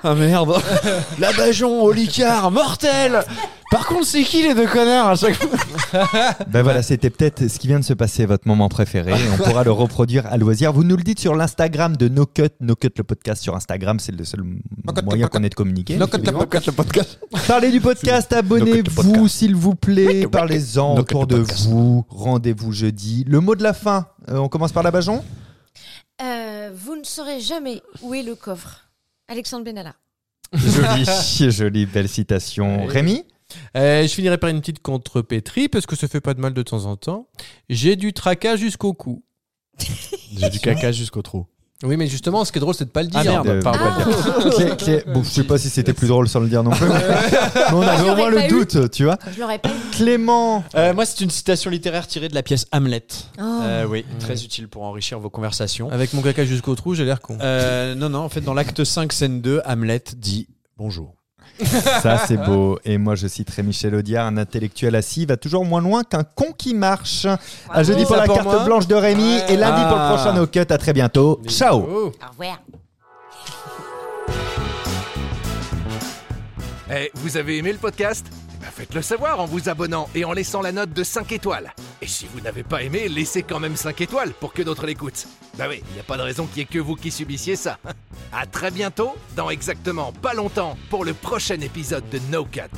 ah merde. La Bajon, Olicard, mortel. Par contre, c'est qui les deux connards à chaque fois Ben voilà, c'était peut-être ce qui vient de se passer, votre moment préféré. Et on pourra le reproduire à loisir. Vous nous le dites sur l'Instagram de No Cut. No Cut, le podcast sur Instagram, c'est le seul moyen qu'on ait de communiquer. No Cut, le podcast, le podcast. Parlez du podcast, abonnez-vous s'il vous plaît, parlez-en No Cut, autour le de podcast. vous. Rendez-vous jeudi. Le mot de la fin, euh, on commence par la Bajon Euh, vous ne saurez jamais où est le coffre. Alexandre Benalla. Jolie, jolie, belle citation. Oui. Rémi Euh, je finirai par une petite contrepétrie parce que ça fait pas de mal de temps en temps. J'ai du tracas jusqu'au cou. J'ai du caca jusqu'au trou. Oui, mais justement, ce qui est drôle, c'est de pas le dire. Ah merde, Euh, pardon. Ah. Clé- Clé- bon, je sais pas si c'était plus drôle sans le dire non plus. mais on avait au moins J'aurais le pas eu. doute, tu vois. Je l'aurais pas eu. Clément Euh, moi, c'est une citation littéraire tirée de la pièce Hamlet. Oh. Euh, oui, très utile pour enrichir vos conversations. Avec mon caca jusqu'au trou, j'ai l'air con. Euh, non, non, en fait, dans l'acte 5, scène 2, Hamlet dit bonjour. Ça, c'est beau. Et moi, je citerai Michel Audiard, un intellectuel assis va toujours moins loin qu'un con qui marche. À jeudi pour Ça la pour carte moi. blanche de Rémi Ouais. et lundi pour le Ah. prochain No Cut. À très bientôt. Ciao Oh. Au revoir. Eh, vous avez aimé le podcast Eh ben, Faites-le savoir en vous abonnant et en laissant la note de 5 étoiles. Et si vous n'avez pas aimé, laissez quand même 5 étoiles pour que d'autres l'écoutent. Bah oui, il n'y a pas de raison qu'il n'y ait que vous qui subissiez ça. À très bientôt, dans exactement pas longtemps, pour le prochain épisode de No Cut.